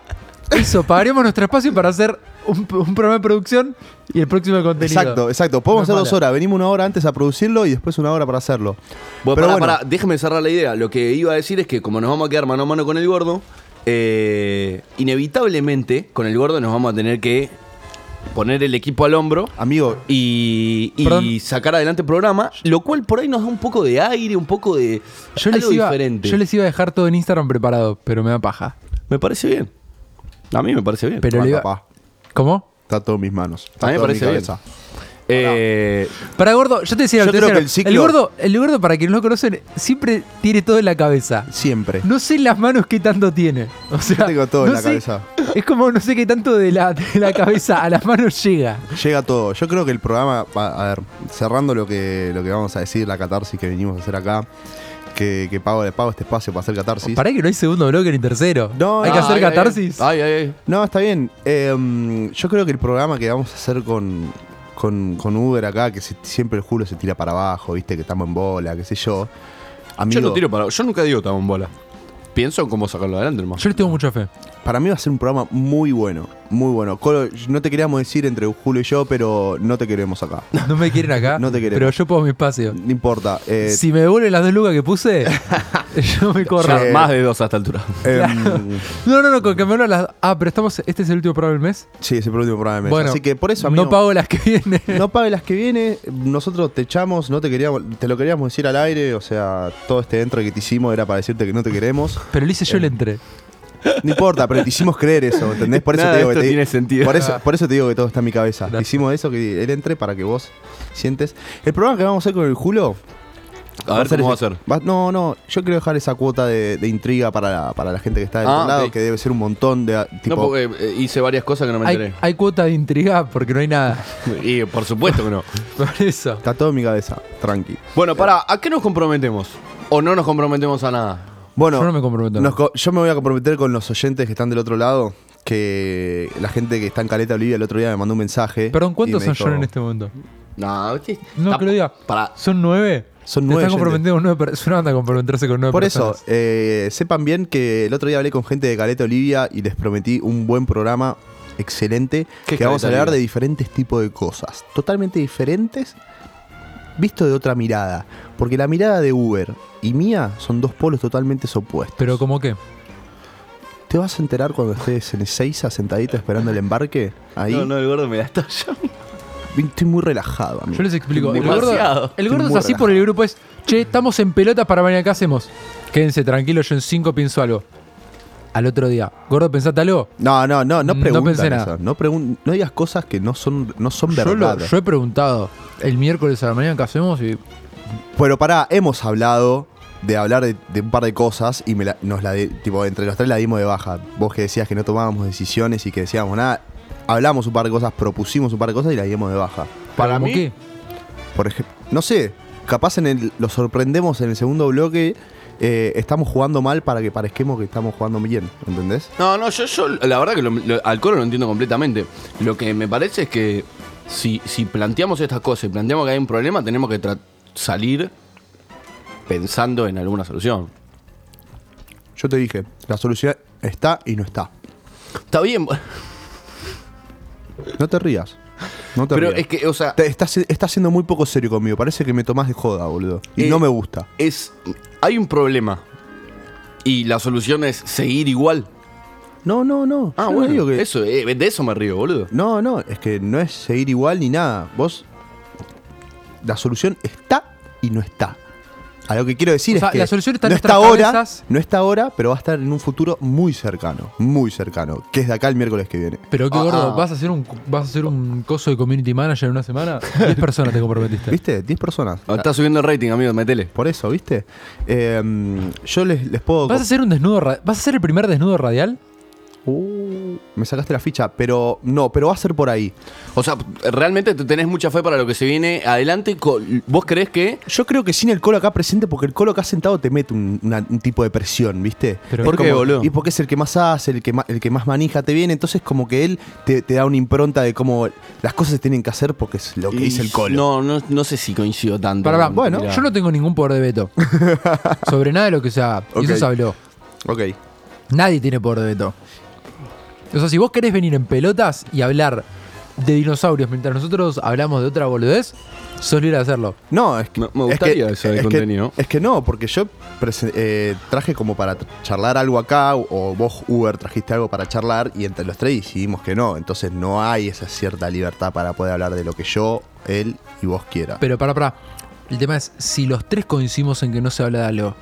[SPEAKER 9] Eso, pagaremos nuestro espacio para hacer un, un programa de producción y el próximo de contenido.
[SPEAKER 10] Exacto, exacto. Podemos
[SPEAKER 9] No es
[SPEAKER 10] hacer dos
[SPEAKER 9] mala.
[SPEAKER 10] horas. Venimos una hora antes a producirlo y después una hora para hacerlo.
[SPEAKER 11] Bueno,
[SPEAKER 10] Pero
[SPEAKER 11] pará,
[SPEAKER 10] bueno.
[SPEAKER 11] pará, déjame cerrar la idea. Lo que iba a decir es que como nos vamos a quedar mano a mano con el gordo, eh, inevitablemente con el gordo nos vamos a tener que poner el equipo al hombro
[SPEAKER 10] Amigo,
[SPEAKER 11] y, y
[SPEAKER 9] Perdón.
[SPEAKER 11] sacar adelante el programa, lo cual por ahí nos da un poco de aire, un poco de
[SPEAKER 9] Yo les,
[SPEAKER 11] algo
[SPEAKER 9] iba,
[SPEAKER 11] diferente.
[SPEAKER 9] yo les iba a dejar todo en Instagram preparado, pero me da paja.
[SPEAKER 11] Me parece bien. A mí me parece bien.
[SPEAKER 9] Pero
[SPEAKER 10] va,
[SPEAKER 9] le iba-
[SPEAKER 10] papá,
[SPEAKER 9] ¿Cómo?
[SPEAKER 10] está todo en mis manos. Está
[SPEAKER 11] a mí me
[SPEAKER 10] todo en mi
[SPEAKER 11] parece bien.
[SPEAKER 10] cabeza.
[SPEAKER 11] Eh,
[SPEAKER 9] Para gordo, yo te decía,
[SPEAKER 10] Yo
[SPEAKER 9] te
[SPEAKER 10] creo
[SPEAKER 9] decía,
[SPEAKER 10] que el ciclo-
[SPEAKER 9] gordo, el gordo, para quienes no lo conocen, siempre tiene todo en la cabeza.
[SPEAKER 10] Siempre.
[SPEAKER 9] No sé las manos qué tanto tiene. O sea,
[SPEAKER 10] tengo todo
[SPEAKER 9] no
[SPEAKER 10] en la
[SPEAKER 9] sé-
[SPEAKER 10] cabeza.
[SPEAKER 9] Es como no sé qué tanto de la, de la cabeza a las manos llega.
[SPEAKER 10] Llega todo. Yo creo que el programa, a a ver, cerrando lo que, lo que vamos a decir, la catarsis que venimos a hacer acá, que, que pago, pago este espacio para hacer catarsis.
[SPEAKER 9] Pará que no hay segundo bloque ni tercero.
[SPEAKER 10] No,
[SPEAKER 9] hay que
[SPEAKER 10] no, eh,
[SPEAKER 9] hacer
[SPEAKER 10] ay,
[SPEAKER 9] catarsis.
[SPEAKER 11] Ay, ay, ay.
[SPEAKER 10] No, está bien. Eh, mm, yo creo que el programa que vamos a hacer con, con, con Uber acá, que se- siempre el Julio se tira para abajo, viste, que estamos en bola, qué sé yo. Amigo,
[SPEAKER 11] Yo no tiro para. Yo nunca digo tan bola. Pienso en cómo sacarlo adelante, hermano.
[SPEAKER 9] Yo le tengo mucha fe.
[SPEAKER 10] para mí va a ser un programa muy bueno, muy bueno. Colo, no te queríamos decir entre Julio y yo, pero no te queremos acá.
[SPEAKER 9] No me quieren acá.
[SPEAKER 10] No te queremos.
[SPEAKER 9] Pero yo pongo mi espacio.
[SPEAKER 10] No importa. eh,
[SPEAKER 9] Si me devuelven las dos lucas que puse, yo me corro.
[SPEAKER 11] Ya, más de dos a esta altura.
[SPEAKER 10] em,
[SPEAKER 9] No, no, no, con que me vuelvan las. Ah, pero estamos. Este es el último programa del mes.
[SPEAKER 10] sí, ese es el último programa de mes.
[SPEAKER 9] Bueno,
[SPEAKER 10] Así que por eso, amigo,
[SPEAKER 9] no pago las que vienen.
[SPEAKER 10] No pague las que viene, nosotros te echamos, no te queríamos, te lo queríamos decir al aire, o sea, todo este dentro que te hicimos era para decirte que no te queremos.
[SPEAKER 9] Pero lo hice yo, le entré.
[SPEAKER 10] No importa, pero te hicimos creer eso, ¿entendés? Por eso
[SPEAKER 11] Nada
[SPEAKER 10] te
[SPEAKER 11] de
[SPEAKER 10] digo que
[SPEAKER 11] esto
[SPEAKER 10] te-
[SPEAKER 11] tiene sentido.
[SPEAKER 10] Por eso, por eso te digo que todo está en mi cabeza.
[SPEAKER 9] Gracias.
[SPEAKER 10] Hicimos eso que él entre para que vos sientes. El programa que vamos a hacer con el Julio.
[SPEAKER 11] A ver cómo va a ser.
[SPEAKER 10] va- no, no, yo quiero dejar esa cuota de, de intriga para la, para la gente que está del
[SPEAKER 11] Ah,
[SPEAKER 10] otro lado,
[SPEAKER 11] ok.
[SPEAKER 10] que debe ser un montón de. Tipo,
[SPEAKER 11] No, porque eh, hice varias cosas que no me
[SPEAKER 9] Hay,
[SPEAKER 11] enteré.
[SPEAKER 9] hay cuota de intriga porque no hay nada.
[SPEAKER 11] Y por supuesto que no.
[SPEAKER 9] Por eso.
[SPEAKER 10] Está todo en mi cabeza, tranqui.
[SPEAKER 11] Bueno, pará, ¿a qué nos comprometemos? ¿O no nos comprometemos a nada?
[SPEAKER 10] Bueno,
[SPEAKER 9] Yo no me comprometo.
[SPEAKER 10] nos co- yo me voy a comprometer con los oyentes que están del otro lado. Que la gente que está en Caleta Olivia el otro día me mandó un mensaje.
[SPEAKER 9] Perdón, ¿cuántos
[SPEAKER 10] y me
[SPEAKER 9] son
[SPEAKER 10] dijo- "Ah,
[SPEAKER 9] yo en este momento?
[SPEAKER 11] No, ¿qué?
[SPEAKER 9] No, que lo diga.
[SPEAKER 11] Para.
[SPEAKER 9] ¿Son nueve?
[SPEAKER 10] Son
[SPEAKER 9] Te
[SPEAKER 10] nueve,
[SPEAKER 9] Están comprometiendo con nueve per- Es una banda comprometerse con nueve
[SPEAKER 10] Por eso,
[SPEAKER 9] personas.
[SPEAKER 10] eh, sepan bien que el otro día hablé con gente de Caleta Olivia y les prometí un buen programa excelente
[SPEAKER 11] ¿Qué es
[SPEAKER 10] que vamos a
[SPEAKER 11] Caleta
[SPEAKER 10] hablar de
[SPEAKER 11] Olivia?
[SPEAKER 10] diferentes tipos de cosas, totalmente diferentes, visto de otra mirada, porque la mirada de Uber y mía son dos polos totalmente opuestos.
[SPEAKER 9] Pero como que.
[SPEAKER 10] ¿Te vas a enterar cuando estés en Ezeiza sentadito esperando el embarque? Ahí
[SPEAKER 11] No, no, el gordo me la está llamando.
[SPEAKER 10] estoy muy relajado. amigo.
[SPEAKER 9] Yo les explico.
[SPEAKER 10] Estoy
[SPEAKER 9] El
[SPEAKER 10] muy
[SPEAKER 9] gordo,
[SPEAKER 11] Demasiado.
[SPEAKER 9] el gordo es
[SPEAKER 10] Estoy muy
[SPEAKER 9] así por el grupo. Es, che, estamos en pelotas para mañana. ¿Qué hacemos? Quédense tranquilos, yo en cinco pienso algo. Al otro día. Gordo, ¿pensaste algo?
[SPEAKER 10] No, no, no, no
[SPEAKER 9] No
[SPEAKER 10] preguntan
[SPEAKER 9] pensé
[SPEAKER 10] eso,
[SPEAKER 9] nada.
[SPEAKER 10] No, pregun- no digas cosas que no son, no son
[SPEAKER 9] Yo, lo-
[SPEAKER 10] verdad.
[SPEAKER 9] yo he preguntado el miércoles a la mañana qué hacemos y
[SPEAKER 10] Pero pará, hemos hablado de hablar de, de un par de cosas y me la- nos la de- tipo, entre los tres la dimos de baja. Vos que decías que no tomábamos decisiones y que decíamos nada, hablamos un par de cosas, propusimos un par de cosas y la dimos de baja.
[SPEAKER 9] ¿Para
[SPEAKER 11] mí-
[SPEAKER 9] qué?
[SPEAKER 10] Por ejemplo, no sé, capaz en el, lo sorprendemos en el segundo bloque. eh, estamos jugando mal para que parezquemos que estamos jugando bien, ¿entendés?
[SPEAKER 11] No, no, yo, yo la verdad que lo- lo- al coro lo entiendo completamente. Lo que me parece es que si, si planteamos estas cosas y planteamos que hay un problema, tenemos que tra- salir pensando en alguna solución.
[SPEAKER 10] Yo te dije, la solución está y no está.
[SPEAKER 11] Está bien,
[SPEAKER 10] No te rías. No te
[SPEAKER 11] pero
[SPEAKER 10] rías.
[SPEAKER 11] es que, o sea,
[SPEAKER 10] Te- estás, estás siendo muy poco serio conmigo. Parece que me tomás de joda, boludo. Y
[SPEAKER 11] Eh,
[SPEAKER 10] no me gusta.
[SPEAKER 11] es hay un problema y la solución es seguir igual.
[SPEAKER 10] No, no, no.
[SPEAKER 11] Ah,
[SPEAKER 10] Yo no
[SPEAKER 11] bueno,
[SPEAKER 10] digo que-
[SPEAKER 11] eso, eh, de eso me río, boludo.
[SPEAKER 10] No, no. Es que no es seguir igual ni nada. Vos. La solución está y no está. A lo que quiero decir
[SPEAKER 9] O
[SPEAKER 10] es
[SPEAKER 9] sea,
[SPEAKER 10] que.
[SPEAKER 9] la solución está en
[SPEAKER 10] no
[SPEAKER 9] nuestras
[SPEAKER 10] está ahora.
[SPEAKER 9] cabezas.
[SPEAKER 10] No está ahora, pero va a estar en un futuro muy cercano. Muy cercano. Que es de acá el miércoles que viene.
[SPEAKER 9] Pero qué
[SPEAKER 11] Ah,
[SPEAKER 9] gordo,
[SPEAKER 11] ah.
[SPEAKER 9] ¿vas a hacer un vas a hacer un coso de community manager en una semana? Diez personas te comprometiste.
[SPEAKER 10] ¿Viste? 10 personas.
[SPEAKER 11] Ah, Está subiendo el rating, amigo, metele.
[SPEAKER 10] Por eso, ¿viste? Eh, yo les, les puedo.
[SPEAKER 9] ¿Vas a hacer un desnudo ra- ¿Vas a hacer el primer desnudo radial?
[SPEAKER 10] Uh, me sacaste la ficha, pero no, pero va a ser por ahí.
[SPEAKER 11] O sea, realmente te tenés mucha fe para lo que se viene adelante. Co- ¿Vos crees que
[SPEAKER 10] Yo creo que sin el colo acá presente, porque el colo acá sentado te mete un, una- un tipo de presión, ¿viste?
[SPEAKER 9] Pero-
[SPEAKER 10] Es
[SPEAKER 11] ¿Por qué, boludo?
[SPEAKER 10] Y porque es el que más hace, el que más, el que más manija te viene, entonces como que él te, te da una impronta de cómo las cosas se tienen que hacer porque es lo que dice el colo.
[SPEAKER 11] No, no, no sé si coincido tanto.
[SPEAKER 9] Pará, pará.
[SPEAKER 11] Bueno,
[SPEAKER 9] yo no tengo ningún poder de veto. Sobre nada de lo que sea. Y
[SPEAKER 10] Ok.
[SPEAKER 9] Eso se habló.
[SPEAKER 10] Ok.
[SPEAKER 9] Nadie tiene poder de veto. O sea, si vos querés venir en pelotas y hablar de dinosaurios mientras nosotros hablamos de otra boludez, sos libre de hacerlo.
[SPEAKER 10] No, es que.
[SPEAKER 11] Me- me
[SPEAKER 10] es
[SPEAKER 11] gustaría eso de
[SPEAKER 10] es
[SPEAKER 11] contenido.
[SPEAKER 10] Que, es que no, porque yo prese- eh, traje como para charlar algo acá, o vos, Uber, trajiste algo para charlar, y entre los tres decidimos que no. Entonces no hay esa cierta libertad para poder hablar de lo que yo, él y vos quiera.
[SPEAKER 9] Pero pará, pará. El tema es, si los tres coincidimos en que no se habla de algo,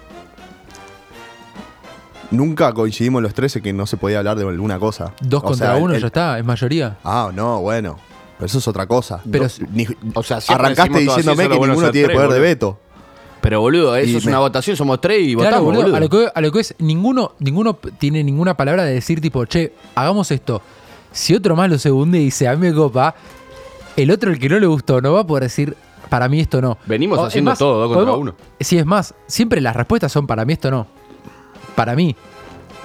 [SPEAKER 10] Nunca coincidimos los tres en que no se podía hablar de alguna cosa.
[SPEAKER 9] dos
[SPEAKER 10] O
[SPEAKER 9] contra
[SPEAKER 10] sea, el-
[SPEAKER 9] uno ya
[SPEAKER 10] el-
[SPEAKER 9] está, es mayoría.
[SPEAKER 10] Ah, no, bueno. Pero eso es otra cosa.
[SPEAKER 9] Pero
[SPEAKER 10] No,
[SPEAKER 9] si-
[SPEAKER 10] ni-
[SPEAKER 11] o sea, siempre
[SPEAKER 10] arrancaste
[SPEAKER 11] decimos todo así,
[SPEAKER 10] diciéndome
[SPEAKER 11] eso
[SPEAKER 10] que
[SPEAKER 11] lo bueno
[SPEAKER 10] ninguno
[SPEAKER 11] es
[SPEAKER 10] tiene
[SPEAKER 11] ser
[SPEAKER 10] poder de
[SPEAKER 11] tres,
[SPEAKER 10] veto.
[SPEAKER 11] Pero boludo, eso
[SPEAKER 10] Y
[SPEAKER 11] es
[SPEAKER 10] me-
[SPEAKER 11] una votación, somos tres y
[SPEAKER 9] Claro,
[SPEAKER 11] votamos,
[SPEAKER 9] boludo,
[SPEAKER 11] boludo.
[SPEAKER 9] A, lo que, a lo que es, ninguno, ninguno p- tiene ninguna palabra de decir tipo, che, hagamos esto. Si otro más lo se hunde y dice, a mí me copa, el otro, el que no le gustó, no va a poder decir, para mí esto no.
[SPEAKER 11] Venimos
[SPEAKER 9] es
[SPEAKER 11] haciendo todo, dos contra
[SPEAKER 9] podemos-
[SPEAKER 11] uno.
[SPEAKER 9] Sí, es más, siempre las respuestas son para mí esto no. Para mí.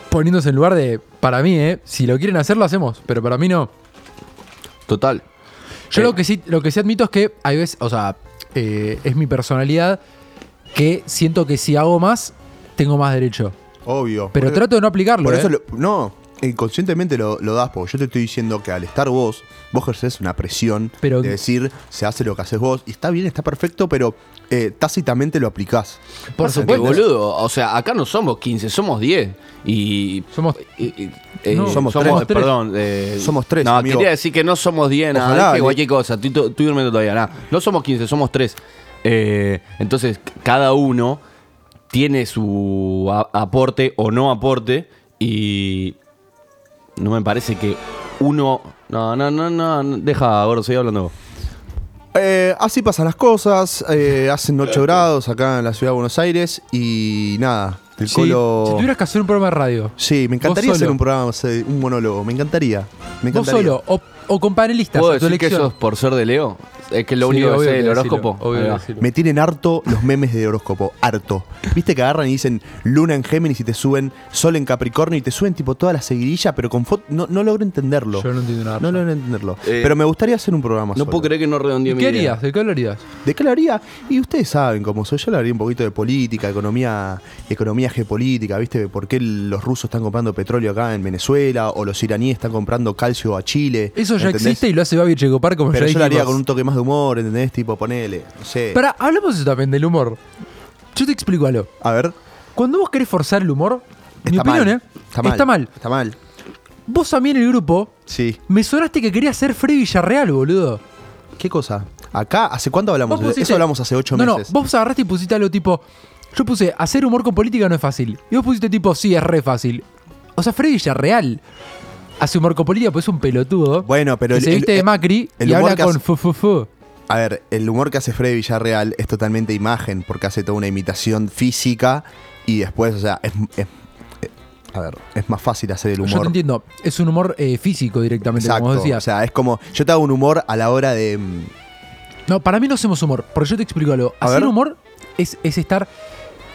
[SPEAKER 9] Poniéndose en lugar de para mí, ¿eh? Si lo quieren hacer, lo hacemos, pero para mí no.
[SPEAKER 11] Total.
[SPEAKER 9] Yo
[SPEAKER 11] Eh.
[SPEAKER 9] lo que sí, lo que sí admito es que hay veces, o sea, eh, es mi personalidad que siento que si hago más, tengo más derecho.
[SPEAKER 10] Obvio.
[SPEAKER 9] Pero
[SPEAKER 10] Por-
[SPEAKER 9] trato de no aplicarlo.
[SPEAKER 10] Por eso
[SPEAKER 9] ¿eh?
[SPEAKER 10] lo- no, inconscientemente lo, lo das, porque yo te estoy diciendo que al estar vos, vos ejerces una presión
[SPEAKER 9] Pero-
[SPEAKER 10] de decir, se hace lo que haces vos, y está bien, está perfecto, pero eh, tácitamente lo aplicás.
[SPEAKER 9] Por
[SPEAKER 11] Pasa que,
[SPEAKER 9] supuesto.
[SPEAKER 11] boludo, o sea, acá no somos 15, somos 10. Y.
[SPEAKER 9] Somos-
[SPEAKER 11] y- y- eh,
[SPEAKER 9] No.
[SPEAKER 10] Somos
[SPEAKER 9] tres.
[SPEAKER 11] Perdón. eh,
[SPEAKER 10] Somos tres,
[SPEAKER 11] No,
[SPEAKER 10] amigo.
[SPEAKER 11] quería decir que no somos 10, nada.
[SPEAKER 10] Ojalá,
[SPEAKER 11] dije
[SPEAKER 10] eh.
[SPEAKER 11] cualquier cosa. Estoy, to- estoy durmiendo todavía, nada. No somos 15, somos 3. entonces, c- cada uno tiene su a- aporte o no aporte. Y. No me parece que uno. No, no, no, no. no, Deja, gordo, seguí hablando vos.
[SPEAKER 10] Eh, así pasan las cosas, eh, hacen 8 grados acá en la ciudad de Buenos Aires, y nada, el
[SPEAKER 9] Sí,
[SPEAKER 10] colo...
[SPEAKER 9] Si tuvieras que hacer un programa de radio,
[SPEAKER 10] Sí, me encantaría
[SPEAKER 9] Vos
[SPEAKER 10] hacer
[SPEAKER 9] solo.
[SPEAKER 10] un programa, sí, un monólogo, me encantaría. Me
[SPEAKER 9] vos
[SPEAKER 10] encantaría.
[SPEAKER 9] solo o, o con panelistas,
[SPEAKER 11] ¿Puedo
[SPEAKER 9] a tu
[SPEAKER 11] decir que
[SPEAKER 9] elección.
[SPEAKER 11] eso es por ser de Leo? Es que lo
[SPEAKER 9] Sí,
[SPEAKER 11] único
[SPEAKER 9] obvio
[SPEAKER 11] que sé es el
[SPEAKER 9] que decilo,
[SPEAKER 11] horóscopo.
[SPEAKER 9] obvio
[SPEAKER 11] Ahí va.
[SPEAKER 9] decilo.
[SPEAKER 10] Me tienen harto los memes de horóscopo, harto. Viste que agarran y dicen luna en Géminis y te suben sol en Capricornio y te suben tipo toda la seguidilla, pero con foto. No, no logro entenderlo.
[SPEAKER 9] Yo no entiendo nada.
[SPEAKER 10] No logro entenderlo.
[SPEAKER 11] Eh,
[SPEAKER 10] pero me gustaría hacer un programa.
[SPEAKER 11] No puedo creer que no redondeé
[SPEAKER 9] ¿Y
[SPEAKER 11] mi
[SPEAKER 9] ¿Qué
[SPEAKER 11] idea.
[SPEAKER 9] harías? ¿De qué lo harías?
[SPEAKER 10] ¿De qué lo haría? Y ustedes saben cómo soy. Yo le haría un poquito de política, economía, economía geopolítica, ¿viste? ¿Por qué los rusos están comprando petróleo acá en Venezuela? O los iraníes están comprando calcio a Chile.
[SPEAKER 9] Eso ya
[SPEAKER 10] ¿entendés?
[SPEAKER 9] existe y lo hace Babi Checopar como
[SPEAKER 10] Pero
[SPEAKER 9] ya
[SPEAKER 10] yo lo haría
[SPEAKER 9] dijimos.
[SPEAKER 10] con un toque más de humor, ¿entendés? Tipo, ponele, no sé.
[SPEAKER 9] Pará, hablamos eso también del humor. Yo te explico algo.
[SPEAKER 10] A ver.
[SPEAKER 9] Cuando vos querés forzar el humor, mi
[SPEAKER 10] está mal,
[SPEAKER 9] opinión, ¿eh?
[SPEAKER 10] Está mal.
[SPEAKER 9] Está mal.
[SPEAKER 10] Está mal.
[SPEAKER 9] Vos a mí en el grupo
[SPEAKER 10] Sí.
[SPEAKER 9] me sonaste que querías ser Freddy Villarreal, boludo.
[SPEAKER 10] ¿Qué cosa? Acá, ¿hace cuánto hablamos?
[SPEAKER 9] Vos pusiste-
[SPEAKER 10] Eso hablamos hace ocho
[SPEAKER 9] no,
[SPEAKER 10] meses.
[SPEAKER 9] No, vos agarraste y pusiste algo tipo. Yo puse, hacer humor con política no es fácil. Y vos pusiste tipo, sí, es re fácil. O sea, Freddy Villarreal hace humor con política, pues es un pelotudo.
[SPEAKER 10] Bueno, pero
[SPEAKER 9] que
[SPEAKER 10] el-
[SPEAKER 9] se
[SPEAKER 10] el-
[SPEAKER 9] viste de
[SPEAKER 10] el-
[SPEAKER 9] Macri
[SPEAKER 10] el
[SPEAKER 9] y
[SPEAKER 10] humor
[SPEAKER 9] habla
[SPEAKER 10] que
[SPEAKER 9] con
[SPEAKER 10] hace-
[SPEAKER 9] fu, fu, fu.
[SPEAKER 10] A ver, el humor que hace Freddy Villarreal es totalmente imagen, porque hace toda una imitación física y después, o sea, es. es- eh, a ver, es más fácil hacer el humor.
[SPEAKER 9] Yo te entiendo. Es un humor eh, físico directamente,
[SPEAKER 10] Exacto.
[SPEAKER 9] como vos decías.
[SPEAKER 10] O sea, es como. Yo te hago un humor a la hora de. mm,
[SPEAKER 9] No, para mí no hacemos humor, porque yo te explico algo.
[SPEAKER 10] A
[SPEAKER 9] Hacer
[SPEAKER 10] ver.
[SPEAKER 9] humor es, es estar,